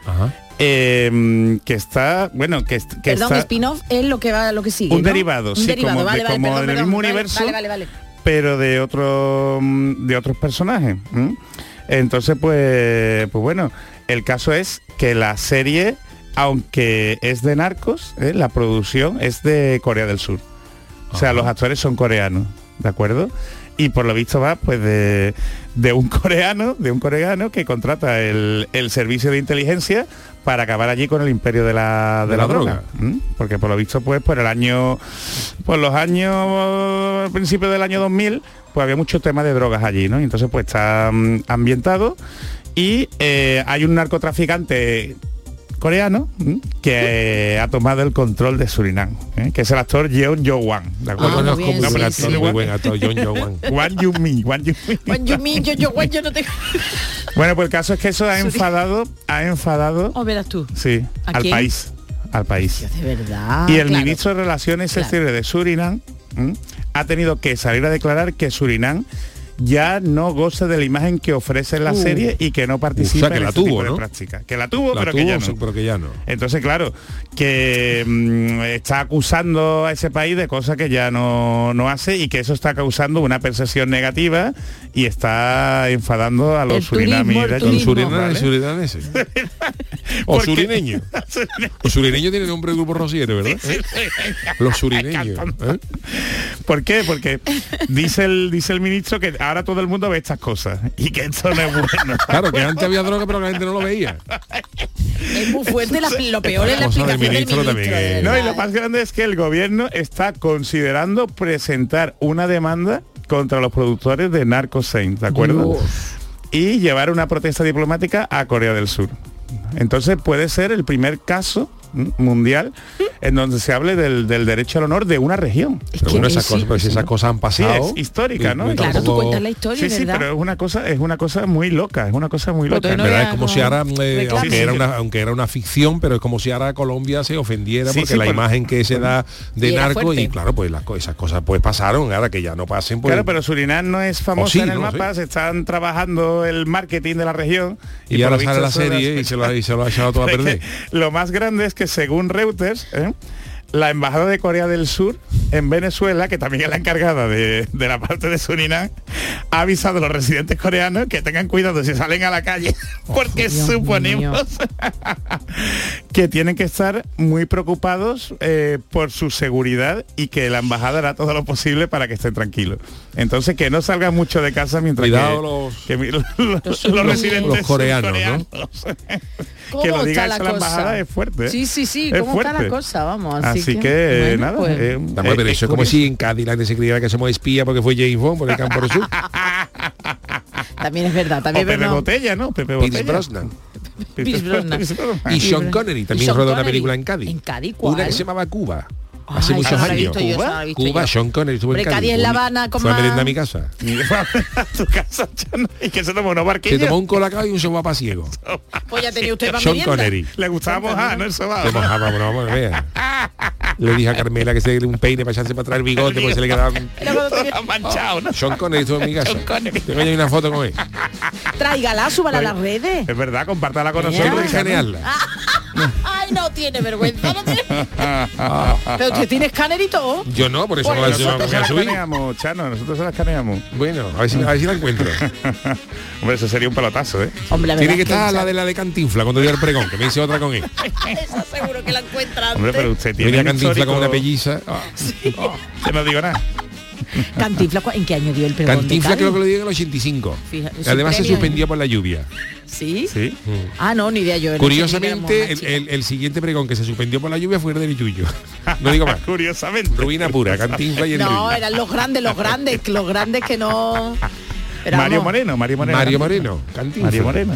S9: eh, que está, bueno, que, est- que
S8: Perdón,
S9: está...
S8: spin-off es lo que va, lo que sigue.
S9: Un
S8: ¿no?
S9: derivado,
S8: Un
S9: sí,
S8: derivado,
S9: como de-
S8: vale, vale,
S9: como
S8: perdón,
S9: en el
S8: perdón,
S9: mismo
S8: vale,
S9: universo.
S8: Vale, vale, vale.
S9: pero de otro mm, de otros personajes. ¿m? Entonces, pues, pues bueno, el caso es que la serie, aunque es de narcos, ¿eh? la producción es de Corea del Sur. O sea, los actores son coreanos, ¿de acuerdo? Y por lo visto va pues de, de un [LAUGHS] coreano, de un coreano que contrata el, el servicio de inteligencia para acabar allí con el imperio de la, de
S5: De
S9: la,
S5: la
S9: droga.
S5: droga.
S9: ¿m? Porque por lo visto pues por el año, por los años, al principio del año 2000, pues había mucho tema de drogas allí, ¿no? Y entonces pues está mm, ambientado y eh, hay un narcotraficante coreano ¿m? que ha tomado el control de Surinam, ¿eh? que es el actor Jeon Jo Wan. ¿de acuerdo?
S5: Conozco Ah, muy
S9: No,
S5: buen
S9: pero
S5: actor,
S9: Jeon
S5: muy
S9: Wan-
S5: buen actor,
S9: [LAUGHS]
S5: John Jowan.
S9: Wan Yun Mi, Wan Yun Mi.
S8: Juan, yo, mi- yo, yo, Juan, yo no tengo...
S9: [LAUGHS] Bueno, pues el caso es que eso ha enfadado, ha enfadado,
S8: O verás tú.
S9: sí,
S8: ¿A
S9: al
S8: quién?
S9: país, al país.
S8: De verdad.
S9: y el
S8: claro.
S9: ministro de Relaciones Exteriores de Surinam ¿m? ha tenido que salir a declarar que Surinam ya no goza de la imagen que ofrece la
S5: Uh.
S9: serie y que no participa
S5: que
S9: en
S5: la
S9: este
S5: tuvo,
S9: tipo de
S5: ¿no?
S9: práctica. Que la tuvo,
S5: La
S9: pero, que ya
S5: tuvo,
S9: no.
S5: pero que ya no.
S9: Entonces, claro, que mm, está acusando a ese país de cosas que ya no, no hace y que eso está causando una percepción negativa y está enfadando a los surinamis. de
S5: Los
S9: allí.
S5: surinames y
S9: ¿Vale? [LAUGHS]
S5: surinameses. O
S9: Porque- [LAUGHS]
S5: surineño. Los surineños tienen nombre de grupo Rosiete, ¿verdad? ¿Eh? Los surineños. ¿eh?
S9: [LAUGHS] ¿Por qué? Porque dice el, dice el ministro que ahora todo el mundo ve estas cosas y que esto no es bueno.
S5: [LAUGHS] Claro, que antes había droga, pero la gente no lo veía.
S8: Es muy fuerte, la- lo peor es la
S5: Cosa
S8: explicación
S5: del
S8: del ministro.
S5: ministro también,
S8: de
S5: eh.
S8: verdad.
S9: No, y lo más grande es que el gobierno está considerando presentar una demanda contra los productores de Narco Saint, ¿de acuerdo? Y llevar una protesta diplomática a Corea del Sur. Entonces puede ser el primer caso ¿m? mundial en donde se hable del, del derecho al honor de una región.
S5: Pero bueno, esas cosas, pero si esas cosas han
S9: Sí,
S5: pasado.
S9: es histórica,
S5: y-
S9: ¿no?
S5: y tampoco-
S9: Sí, sí, pero es una cosa, es una cosa muy loca, es una cosa muy loca.
S5: En verdad es como si ahora, eh,
S9: reclamo.
S5: aunque,
S9: Sí, sí,
S5: era
S9: que-
S5: una, aunque era una ficción, pero es como si ahora Colombia se ofendiera
S9: Sí,
S5: porque
S9: sí,
S5: la
S9: por-
S5: imagen que se da de
S9: Y era
S5: narco
S9: fuerte.
S5: y claro, pues las, co- esas cosas pues pasaron, ahora que ya no pasen, pues
S9: claro, pero Surinam no es famosa
S5: Oh, sí,
S9: en el
S5: ¿no?
S9: mapa, se están trabajando el marketing de la región.
S5: y,
S9: por
S5: ahora
S9: lo
S5: sale la
S9: visto eso
S8: [LAUGHS]
S9: de
S5: serie y se, lo, ha- y se lo ha echado todo a
S9: Pero [LAUGHS] es
S5: perder.
S9: que Lo más grande es que según Reuters, ¿eh? la embajada de Corea del Sur en Venezuela, que también es la encargada de, de la parte de Surinam, ha avisado a los residentes coreanos que tengan cuidado si salen a la calle, [LAUGHS] porque suponemos [LAUGHS] que tienen que estar muy preocupados eh, por su seguridad y que la embajada hará todo lo posible para que estén tranquilos. Entonces que no salgan mucho de casa mientras
S5: Cuidado
S9: que, que mi- [LAUGHS] los,
S5: los
S9: residentes
S5: los coreanos,
S9: coreanos. que lo diga eso la embajada es fuerte. ¿eh?
S8: Sí, sí, sí,
S9: Es
S8: cómo está la
S9: fuerte.
S8: cosa, vamos.
S9: Así, que, eh, nada.
S8: pues,
S9: eh,
S5: Vamos, pero
S9: eh,
S5: eso es como si en Cádiz la gente se creyera que somos espías porque fue James Bond por el campo del
S8: [LAUGHS]
S5: sur.
S8: Ah, También es verdad, también
S5: O Pepe
S8: es verdad.
S9: Botella, ¿no? Pepe
S5: Pierce
S9: [LAUGHS]
S5: Brosnan.
S8: Pierce Brosnan.
S5: Y Sean Connery
S8: Ah, Y
S5: también
S8: Sean
S5: rodó una
S8: Connery.
S5: película en Cádiz.
S8: En Cádiz, ¿cuál?
S5: Una que se llamaba Cuba. Hace
S8: Ay, esa
S5: muchos
S8: no la he
S5: años.
S8: visto yo, esa no la
S5: Cuba,
S8: he visto
S5: Cuba,
S8: yo.
S5: Sean Connery estuvo en
S8: Hombre,
S5: Cádiz.
S8: Cádiz es La Habana,
S5: Fue
S8: con
S5: a merendar
S8: más-
S5: a mi casa.
S9: [LAUGHS] a tu casa, Chano, y que se tomó una barquilla.
S5: Se
S8: [LAUGHS]
S5: tomó un colacao y un sopa ciego.
S8: Pues ya tenía usted para
S5: Sean
S8: merienda.
S5: Connery.
S9: Le gustaba mojar, ¿no? El
S5: Se
S9: [LAUGHS] sobado.
S5: mojaba, bueno, vamos a ver.
S8: [LAUGHS]
S5: Le dije a Carmela que se diera un peine para echarse para atrás el bigote porque se le quedaba un-
S9: Todo manchado, ¿no?
S5: Sean Connery estuvo en mi casa. Tengo ahí una foto con él.
S8: Tráigala, súbala a las
S9: [LAUGHS]
S8: redes.
S9: Es verdad, compártala con
S5: Tengo
S9: nosotros. Ah,
S5: que
S9: [LAUGHS]
S5: escanearla.
S8: Ay, no tiene vergüenza. no tiene- Pero usted tiene escáner y todo.
S5: Yo no, por eso
S8: Por
S5: no la-
S8: eso
S5: no la
S9: Nosotros
S5: voy
S9: se
S5: a
S9: la
S5: subir.
S9: escaneamos, Chano, nosotros se la escaneamos. [LAUGHS]
S5: Bueno, a ver si, a ver si la encuentro.
S9: Hombre, eso sería un pelotazo, ¿eh?
S8: Hombre,
S5: Tiene que estar la de la de Cantinfla cuando dio el pregón, que me hice otra con
S9: [LAUGHS]
S5: él.
S8: [LAUGHS] Esa seguro que la encuentra
S9: Hombre, pero
S8: antes.
S9: usted tiene
S5: Venía
S9: un
S5: Cantinfla
S9: histórico-
S5: con una
S9: [LAUGHS]
S5: pelliza. Ah,
S9: Yo no digo nada.
S8: Cantinfla, ¿cu- ¿en qué año dio el pregón? de
S5: Cantinfla
S8: Cádiz?
S5: creo que lo dio en el 85.
S8: Fija- su
S5: Además se
S8: premio.
S5: suspendió por la lluvia. Mm.
S8: ¿Sí?
S9: [LAUGHS] Sí.
S8: Ah, no, ni idea yo. no
S5: Curiosamente,
S8: sé
S5: el, el- el siguiente pregón que se suspendió por la lluvia fue el del Yuyo. [LAUGHS] No digo más.
S9: Curiosamente.
S5: Ruina pura, Cantinfla y
S8: ni
S5: el
S8: éramos
S5: Yuyo.
S8: No, eran los grandes, los grandes, los grandes que no... Pero
S9: Mario
S8: vamos.
S9: Moreno, Mario Moreno.
S5: Mario Moreno, Cantinfla.
S9: Mario Moreno.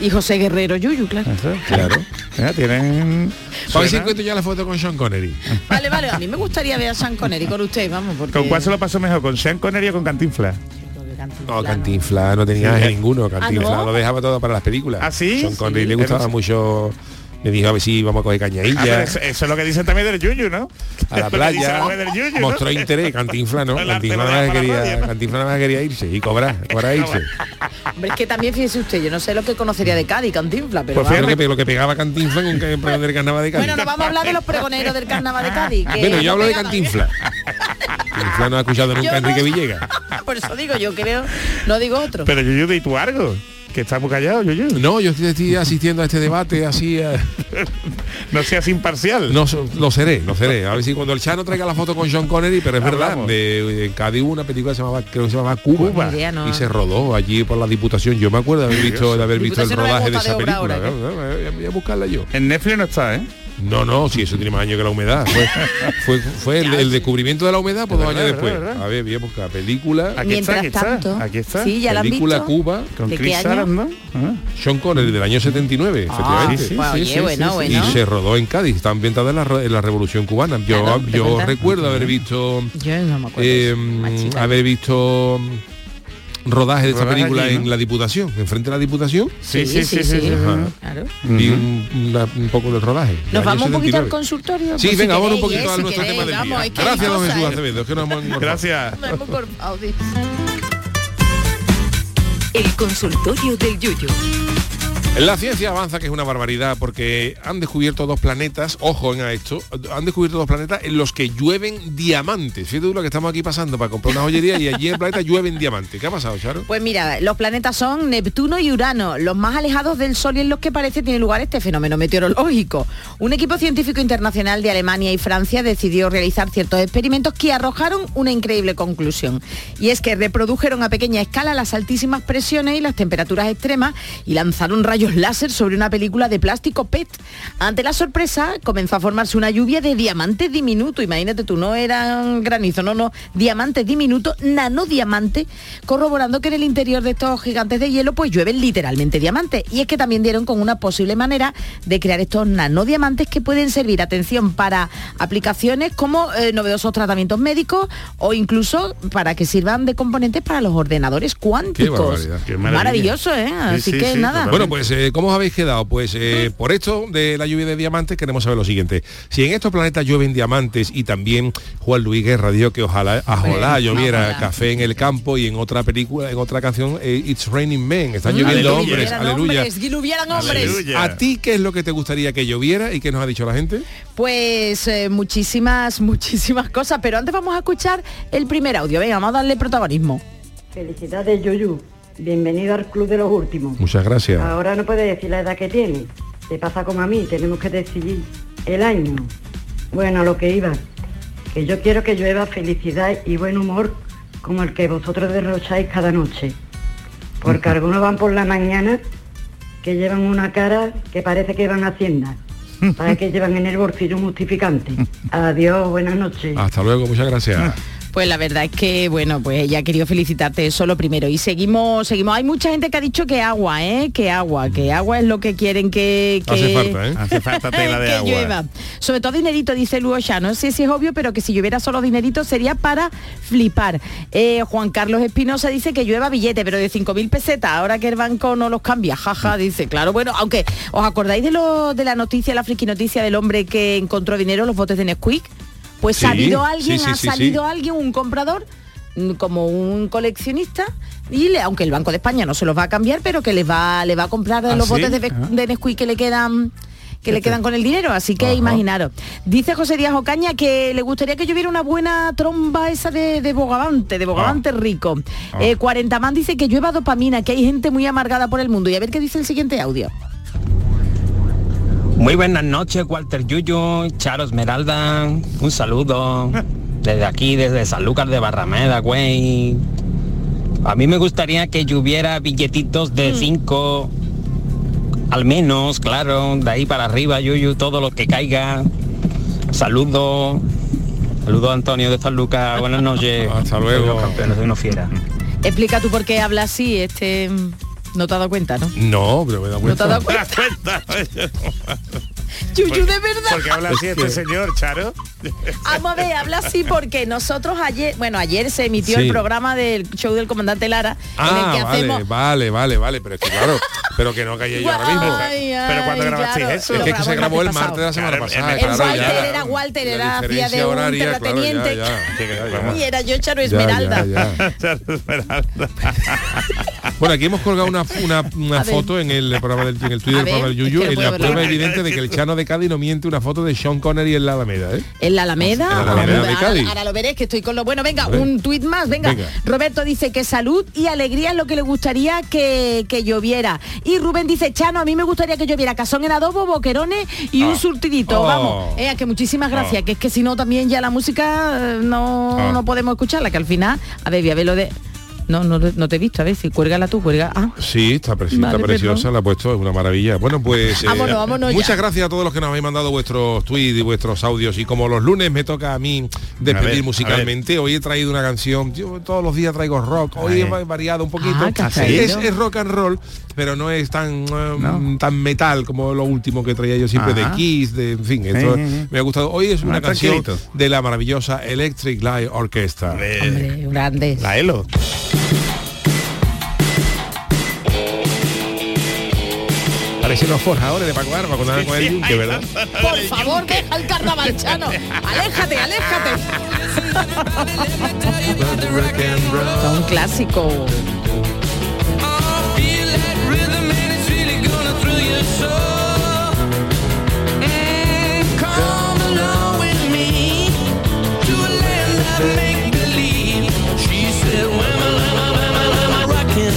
S8: Y José Guerrero Yuyu, claro.
S5: Claro.
S9: Mira, tienen...
S5: A ver si
S9: Suena.
S5: encuentro ya la foto con Sean Connery.
S8: Vale, vale, a mí me gustaría ver a Sean Connery con usted, vamos, porque...
S9: ¿Con cuál se lo pasó mejor? ¿Con Sean Connery o con Cantinfla?
S5: No, Cantinfla no tenía
S9: Sí.
S5: ninguno. Cantinfla
S8: ¿no?
S5: lo dejaba todo para las películas.
S9: ¿Ah, sí?
S5: Sean Connery
S9: Sí.
S5: le gustaba
S9: Pero-
S5: mucho. Me dijo a ver si vamos a coger
S9: Ah, pero
S5: cañadilla
S9: eso, eso es lo que dicen también del Yuyu, ¿no?
S5: a
S9: [LAUGHS]
S5: la
S9: Es lo que dice
S5: playa.
S9: la web del Yuyu, ¿no?
S5: Mostró interés, Cantinfla no.
S9: El arte
S5: Cantinfla
S9: lo
S5: nada más
S9: deja para la
S5: quería,
S9: playa, ¿no?
S5: Cantinfla nada más quería irse y cobrar, cobrar e irse.
S8: Hombre, es que también fíjese usted, yo no sé lo que conocería de Cádiz, Cantinfla, pero
S5: Pues fíjate lo
S8: vamos.
S5: que, pe- lo que pegaba Cantinfla con que perdón del carnaval de Cádiz.
S8: Bueno, no vamos a hablar de los pregoneros del carnaval de Cádiz. que
S5: Bueno, yo
S8: no
S5: hablo de
S8: pegaban. [LAUGHS]
S5: Cantinfla. Cantinfla no ha escuchado nunca a
S8: Yo no-
S5: Enrique Villegas.
S8: [LAUGHS] Por eso digo, yo creo, no digo otro.
S9: Pero Yuyu de Ituargo, que está muy callado, Yuyu.
S5: No, yo estoy, estoy asistiendo a este debate así. eh,
S9: No seas imparcial.
S5: No, so- lo seré, lo seré. A ver si cuando el Chano traiga la foto con John Connery, pero es verdad,
S9: Hablamos.
S5: de, en Cádiz hubo una película que se llamaba, creo que se llamaba Cuba,
S8: Cuba. Ni idea, no.
S5: y se rodó allí por la Diputación. Yo me acuerdo de haber visto, de haber visto el
S8: Diputación no me
S5: rodaje de
S8: gusta
S5: esa
S8: de obra
S5: película.
S8: ahora, ¿eh?
S5: ¿no? Voy a- voy a buscarla yo.
S9: En Netflix no está, ¿eh?
S5: No, no, sí, eso tiene más años que la humedad. Fue, fue, fue el, el descubrimiento de la humedad por dos
S9: verdad,
S5: años
S9: verdad,
S5: después.
S9: verdad.
S5: A ver, voy a buscar película.
S9: Aquí está, aquí está. Aquí está.
S8: Sí, ya la han
S5: película
S8: visto.
S5: Cuba
S9: Con
S8: ¿De qué
S9: Chris
S8: año?
S9: Sarandon. Ah.
S5: Sean Connery del año 79,
S8: Ah,
S5: efectivamente.
S8: sí, sí, bueno, sí, oye, sí, bueno, sí, sí.
S5: Y
S8: bueno.
S5: se rodó en Cádiz, está ambientada en la, re- en la Revolución Cubana. Yo,
S8: Claro, ¿te
S5: yo
S8: cuentas?
S5: recuerdo haber visto
S8: Yo no me acuerdo.
S5: eh, haber visto rodaje de esta
S9: Rodaje
S5: película
S9: allí, ¿no?
S5: en la Diputación, enfrente de la Diputación.
S9: Sí, sí, sí, sí. sí, sí.
S5: Ajá.
S8: Claro.
S5: Vi un, una- un poco del rodaje. del
S8: Nos
S5: año
S8: vamos un poquito al
S5: 79.
S8: consultorio.
S5: Sí,
S8: pues,
S5: venga,
S8: si
S5: vamos un
S8: queréis,
S5: poquito
S8: eh,
S5: a
S8: si
S5: nuestro
S8: queréis,
S5: tema del
S8: vamos,
S5: día.
S8: es que hay
S5: Gracias, don
S8: cosas. ¿eh?
S5: Jesús Acevedo, es que nos hemos engordado.
S9: Gracias.
S8: Nos hemos cortado, dice.
S16: El consultorio del Yuyo.
S5: La ciencia avanza, que es una barbaridad, porque han descubierto dos planetas, ojo en a esto, han descubierto dos planetas en los que llueven diamantes. Fíjate tú lo que estamos aquí pasando para comprar una joyería y allí en el planeta llueven diamantes. ¿Qué ha pasado, Charo?
S8: Pues mira, los planetas son Neptuno y Urano, los más alejados del Sol y en los que parece tiene lugar este fenómeno meteorológico. Un equipo científico internacional de Alemania y Francia decidió realizar ciertos experimentos que arrojaron una increíble conclusión. Y es que reprodujeron a pequeña escala las altísimas presiones y las temperaturas extremas y lanzaron rayos láser sobre una película de plástico PET. Ante la sorpresa comenzó a formarse una lluvia de diamantes diminutos. Imagínate tú, no eran granizo, no, no, diamantes diminutos, nanodiamantes, corroborando que en el interior de estos gigantes de hielo pues llueven literalmente diamantes. Y es que también dieron con una posible manera de crear estos nanodiamantes que pueden servir, atención, para aplicaciones como eh, novedosos tratamientos médicos o incluso para que sirvan de componentes para los ordenadores cuánticos.
S5: barbaridad, qué maravilla.
S8: Maravilloso, ¿eh?
S5: Sí,
S8: Así
S5: sí,
S8: que
S5: sí,
S8: nada.
S5: Bueno, pues eh, eh, ¿cómo os habéis quedado? Pues eh, por esto de la lluvia de diamantes queremos saber lo siguiente. Si en estos planetas llueven diamantes y también Juan Luis Guerra dijo que ojalá, ojalá lloviera café en el campo y en otra película, en otra canción, eh, It's Raining Men, están
S8: Mm.
S5: lloviendo
S8: Aleluya.
S5: hombres,
S8: Llovieran
S5: aleluya.
S8: hombres, y llovieran hombres.
S5: Aleluya. ¿A ti qué es lo que te gustaría que lloviera y qué nos ha dicho la gente?
S8: Pues eh, muchísimas, [LAUGHS] muchísimas cosas, pero antes vamos a escuchar el primer audio. Venga, vamos a darle protagonismo.
S5: pues.
S17: Felicidades, Yuyu. Bienvenido al Club de los Últimos.
S5: Muchas gracias.
S8: Ah,
S17: Ahora no puedes decir la edad que tiene. Te pasa como a mí, tenemos que decidir el año. Bueno, a lo que iba. Que yo quiero que llueva felicidad y buen humor como el que vosotros derrocháis cada noche. Porque algunos van por la mañana que llevan una cara que parece que van a Hacienda. Para que llevan en el bolsillo un justificante. Adiós, buenas noches.
S5: Hasta luego, muchas gracias.
S8: Pues la verdad es que, bueno, pues ella ha querido felicitarte eso lo primero. Y seguimos, seguimos. Hay mucha gente que ha dicho que agua, ¿eh? Que agua, que agua es lo que quieren que... que-
S9: Hace falta, ¿eh?
S5: Ah.
S9: Hace
S8: [LAUGHS]
S9: falta tela de
S8: que
S9: agua.
S8: llueva.
S9: [LAUGHS]
S8: Sobre todo dinerito, dice Luocha. No sé si es obvio, pero que si lloviera solo dinerito sería para flipar. Eh, Juan Carlos Espinosa dice que llueva billete, pero de 5.000 pesetas, ahora que el banco no los cambia. Jaja, dice, claro, bueno, aunque os acordáis de, lo, de la noticia, la friki noticia del hombre que encontró dinero en los botes de Nesquik. Pues ha
S18: Sí,
S8: habido alguien,
S18: sí, sí,
S8: ha
S18: sí, sí.
S8: salido alguien, un comprador, mm, como un coleccionista, y le, aunque el Banco de España no se los va a cambiar, pero que les va, le va a comprar
S18: ¿Ah,
S8: los
S18: sí?
S8: botes de, Be-
S18: Ah.
S8: de Nesquik que le quedan que le
S18: Este.
S8: quedan con el dinero, así que imaginaros. Dice José Díaz Ocaña que le gustaría que yo viera una buena tromba esa de, de bogavante, de
S18: Ah.
S8: bogavante rico. Eh, Cuarentamán dice que llueva dopamina, que hay gente muy amargada por el mundo. Y a ver qué dice el siguiente audio.
S19: Muy buenas noches, Walter Yuyu, Charo Esmeralda, un saludo desde aquí, desde Sanlúcar de Barrameda, güey. A mí me gustaría que lloviera billetitos de 5, al menos, claro, de ahí para arriba, Yuyu, todo lo que caiga. Saludo, saludo Antonio de Sanlúcar, buenas noches. Hasta luego. campeones de una fiera.
S8: Explica tú por qué habla así, este... No te has dado cuenta, ¿no?
S5: No, pero me da
S8: No te
S5: cuenta.
S8: has dado cuenta. Yuyu, de verdad.
S9: Porque habla así este señor, Charo.
S8: Vamos a ver, habla así porque nosotros ayer, bueno, ayer se emitió el
S5: Sí.
S8: programa del show del comandante Lara, en el
S5: Ah,
S8: que
S5: vale,
S8: hacemos
S5: vale, vale, vale, pero es que claro, pero que no caía yo ahora mismo.
S8: Ay, ay,
S9: Pero cuando grabasteis
S8: claro,
S9: eso.
S5: Es que, es que se
S9: Lo
S5: grabó el
S9: grabamos
S5: martes de la semana pasada.
S8: el
S5: claro,
S8: Walter
S5: ya.
S8: era Walter, era hacía de
S5: Diferencia
S8: un
S5: horaria, claro, ya,
S8: terrateniente.
S5: ya.
S8: Y era yo Charo Esmeralda. [LAUGHS]
S9: Charo Esmeralda.
S5: [LAUGHS] Bueno, aquí hemos colgado una, una, una
S8: A ver.
S5: foto en el programa del, en el Twitter
S8: A
S5: del programa
S8: ver,
S5: del Yuyu,
S8: es que
S5: en
S8: no
S5: la
S8: puedo
S5: prueba
S8: verlo.
S5: evidente de que el Chano de Cádiz no miente una foto de Sean Connery en la Alameda, ¿eh?
S8: En la Alameda.
S5: En la Alameda de
S8: ahora,
S5: Cádiz.
S8: ahora lo veréis que estoy con lo bueno. Venga,
S5: Vale.
S8: un tuit más. Venga.
S5: Venga.
S8: Roberto dice que salud y alegría es lo que le gustaría que, que lloviera. Y Rubén dice, Chano, a mí me gustaría que lloviera cazón en adobo, boquerones y un
S18: Ah.
S8: surtidito.
S18: Oh.
S8: Vamos. Eh, que muchísimas gracias.
S18: Ah.
S8: Que es que si no también ya la música eh, no,
S18: Ah.
S8: no podemos escucharla, que al final, a ver, voy a ver lo de. No, no, no te he visto, a ver si cuélgala tú, cuelga. Ah.
S5: Sí, está, preci- está
S8: Vale,
S5: preciosa, la ha puesto, es una maravilla. Bueno, pues eh,
S8: Vámonos, vámonos ya.
S5: muchas gracias a todos los que nos habéis mandado vuestros tweets y vuestros audios. Y como los lunes me toca a mí despedir
S11: A ver,
S5: musicalmente, hoy he traído una canción, yo todos los días traigo rock, hoy he
S11: Ahí.
S5: variado un poquito.
S11: Ah, ¿qué has
S5: Sí, es,
S11: traído?
S5: es rock and roll, pero no es tan, eh, tan metal como lo último que traía yo siempre
S11: Ajá.
S5: de Kiss, de en fin, esto
S11: Ah. Sí, sí, sí.
S5: me ha gustado. Hoy es
S11: Ah,
S5: una canción
S11: tranquilito.
S5: de la maravillosa Electric Light Orchestra.
S8: Hombre, grandes.
S5: La ELO. Parece los forjadores de Paco Arba cuando hablan con el yunque, ¿verdad?
S8: Por favor, deja el carnaval, Chano. Aléjate, aléjate. Esto es un clásico.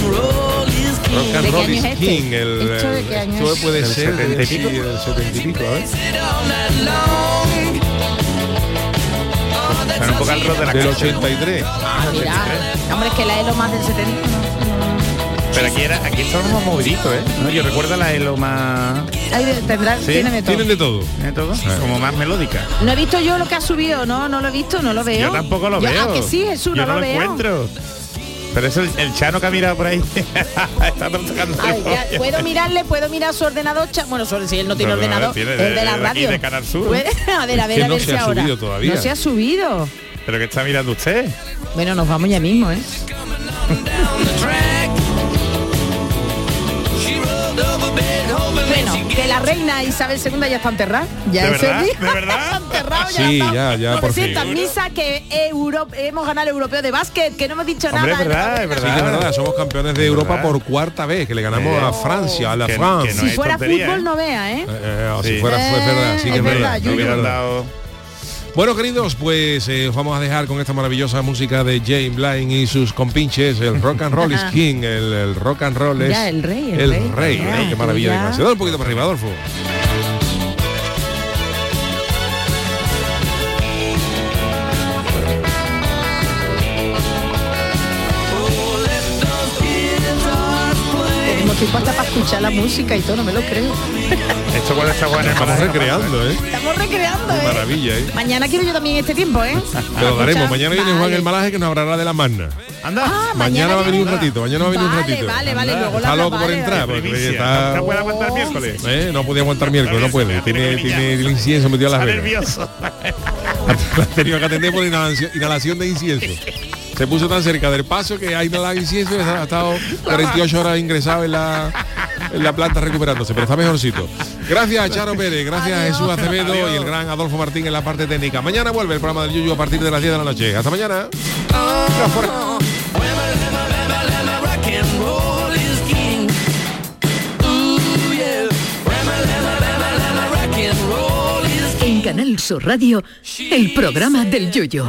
S7: ¿De qué
S5: Rock and Roll
S7: año
S5: is
S7: es este?
S5: King, el,
S7: ¿Esto de
S5: el-
S7: qué año
S5: esto
S7: es?
S5: puede
S7: ¿Del
S5: ser
S7: 70 y
S5: sí,
S7: pico?
S5: del 70 y pico, ¿eh?
S9: Suena un poco al rock de la
S5: Del
S9: calle.
S5: 83.
S8: Mira, hombre, es que la ELO más del 70.
S9: Pero aquí era, aquí estábamos moviditos, ¿eh? No, yo recuerdo la Elo más.
S8: Ahí de- tendrá,
S9: Sí,
S8: tiene de todo.
S5: todo.
S9: ¿Tiene todo? Como más melódica.
S8: No he visto yo lo que ha subido, no, no lo he visto, no lo veo.
S9: Yo tampoco lo
S8: Yo-
S9: veo.
S8: Ah, que sí, Jesús,
S9: Yo
S8: no, lo, veo.
S9: encuentro. Pero eso el, el Chano que ha mirado por ahí. [LAUGHS] Está tocando.
S8: Ay, ya, puedo mirarle, puedo mirar su ordenador. Cha- Bueno, sobre si él no tiene
S9: No, no,
S8: ordenador,
S9: tiene
S8: el
S9: de-
S8: de la
S9: de aquí,
S8: radio.
S9: de Canal Sur.
S8: Puede- [LAUGHS] A ver, a
S9: Es
S8: ver,
S9: que
S8: a
S9: no
S8: ver
S9: se
S8: si
S9: ha
S8: ahora.
S9: subido todavía.
S8: No se ha subido.
S9: Pero que está mirando usted.
S8: Bueno, nos vamos ya mismo, ¿eh?
S7: She rolled over bed
S8: que la reina Isabel II ya está enterrada. Ya
S5: ¿De
S8: ese
S5: verdad?
S8: día
S5: ¿De verdad?
S8: está enterrado, ya
S5: Sí,
S8: está.
S5: ya, ya,
S8: Por,
S5: por
S8: cierto,
S5: fin.
S8: misa que Euro- hemos ganado el europeo de básquet, que no hemos dicho
S5: Hombre, es
S8: nada.
S5: verdad, es verdad. Sí, es verdad, somos campeones de Europa por cuarta vez, que le ganamos a Francia, a la Francia.
S8: si fuera fútbol no vea, ¿eh?
S5: Si fuera fue- es verdad, sí que
S8: es
S5: es
S8: verdad,
S5: verdad. no
S8: Yuyu.
S5: hubieran dado. Bueno, queridos, pues eh, os vamos a dejar con esta maravillosa música de James Blind y sus compinches. El rock
S8: [LAUGHS]
S5: and roll is king, el, el rock and roll es
S8: Ya, el rey, el
S5: el
S8: rey,
S5: rey,
S8: ya,
S5: ¿eh? Qué maravilla. de
S8: ya.
S5: clase. Dale un poquito para arriba, Adolfo.
S8: Tenemos tiempo hasta para escuchar la música y todo, no me lo creo.
S5: Esto cuando está buena. Estamos recreando, ¿eh?
S8: Estamos recreando,
S5: Qué
S8: ¿eh?
S5: maravilla, ¿eh?
S8: Mañana quiero yo también este tiempo, ¿eh?
S5: Te lo daremos. Mañana viene Juan
S8: Vale.
S5: el Malaje que nos hablará de la magna. Anda.
S8: Ah,
S5: mañana,
S8: mañana
S5: va a venir un
S8: viene.
S5: ratito, mañana va a venir un
S8: Vale,
S5: ratito.
S8: vale, vale, luego
S5: está
S8: la-
S5: loco por
S8: vale,
S5: entrar,
S8: vale.
S5: porque
S11: Primicia,
S5: está...
S11: no puede
S5: aguantar miércoles. Eh, No podía aguantar miércoles, no puede. Tiene, tiene el incienso metido a las
S11: Está
S5: venas.
S11: nervioso.
S5: La [LAUGHS] tenía que atender por inhalación, inhalación de incienso. Se puso tan cerca del paso que ha inhalado incienso y ha estado 48 horas ingresado en la, en la planta recuperándose, pero está mejorcito. Gracias a Charo Pérez, gracias a Jesús Acevedo y el gran Adolfo Martín en la parte técnica. Mañana vuelve el programa del Yuyu a partir de las 10 de la noche. Hasta mañana.
S7: Rock and roll is king. Ooh, yeah.
S2: En Canal Sur Radio, el programa del Yoyo.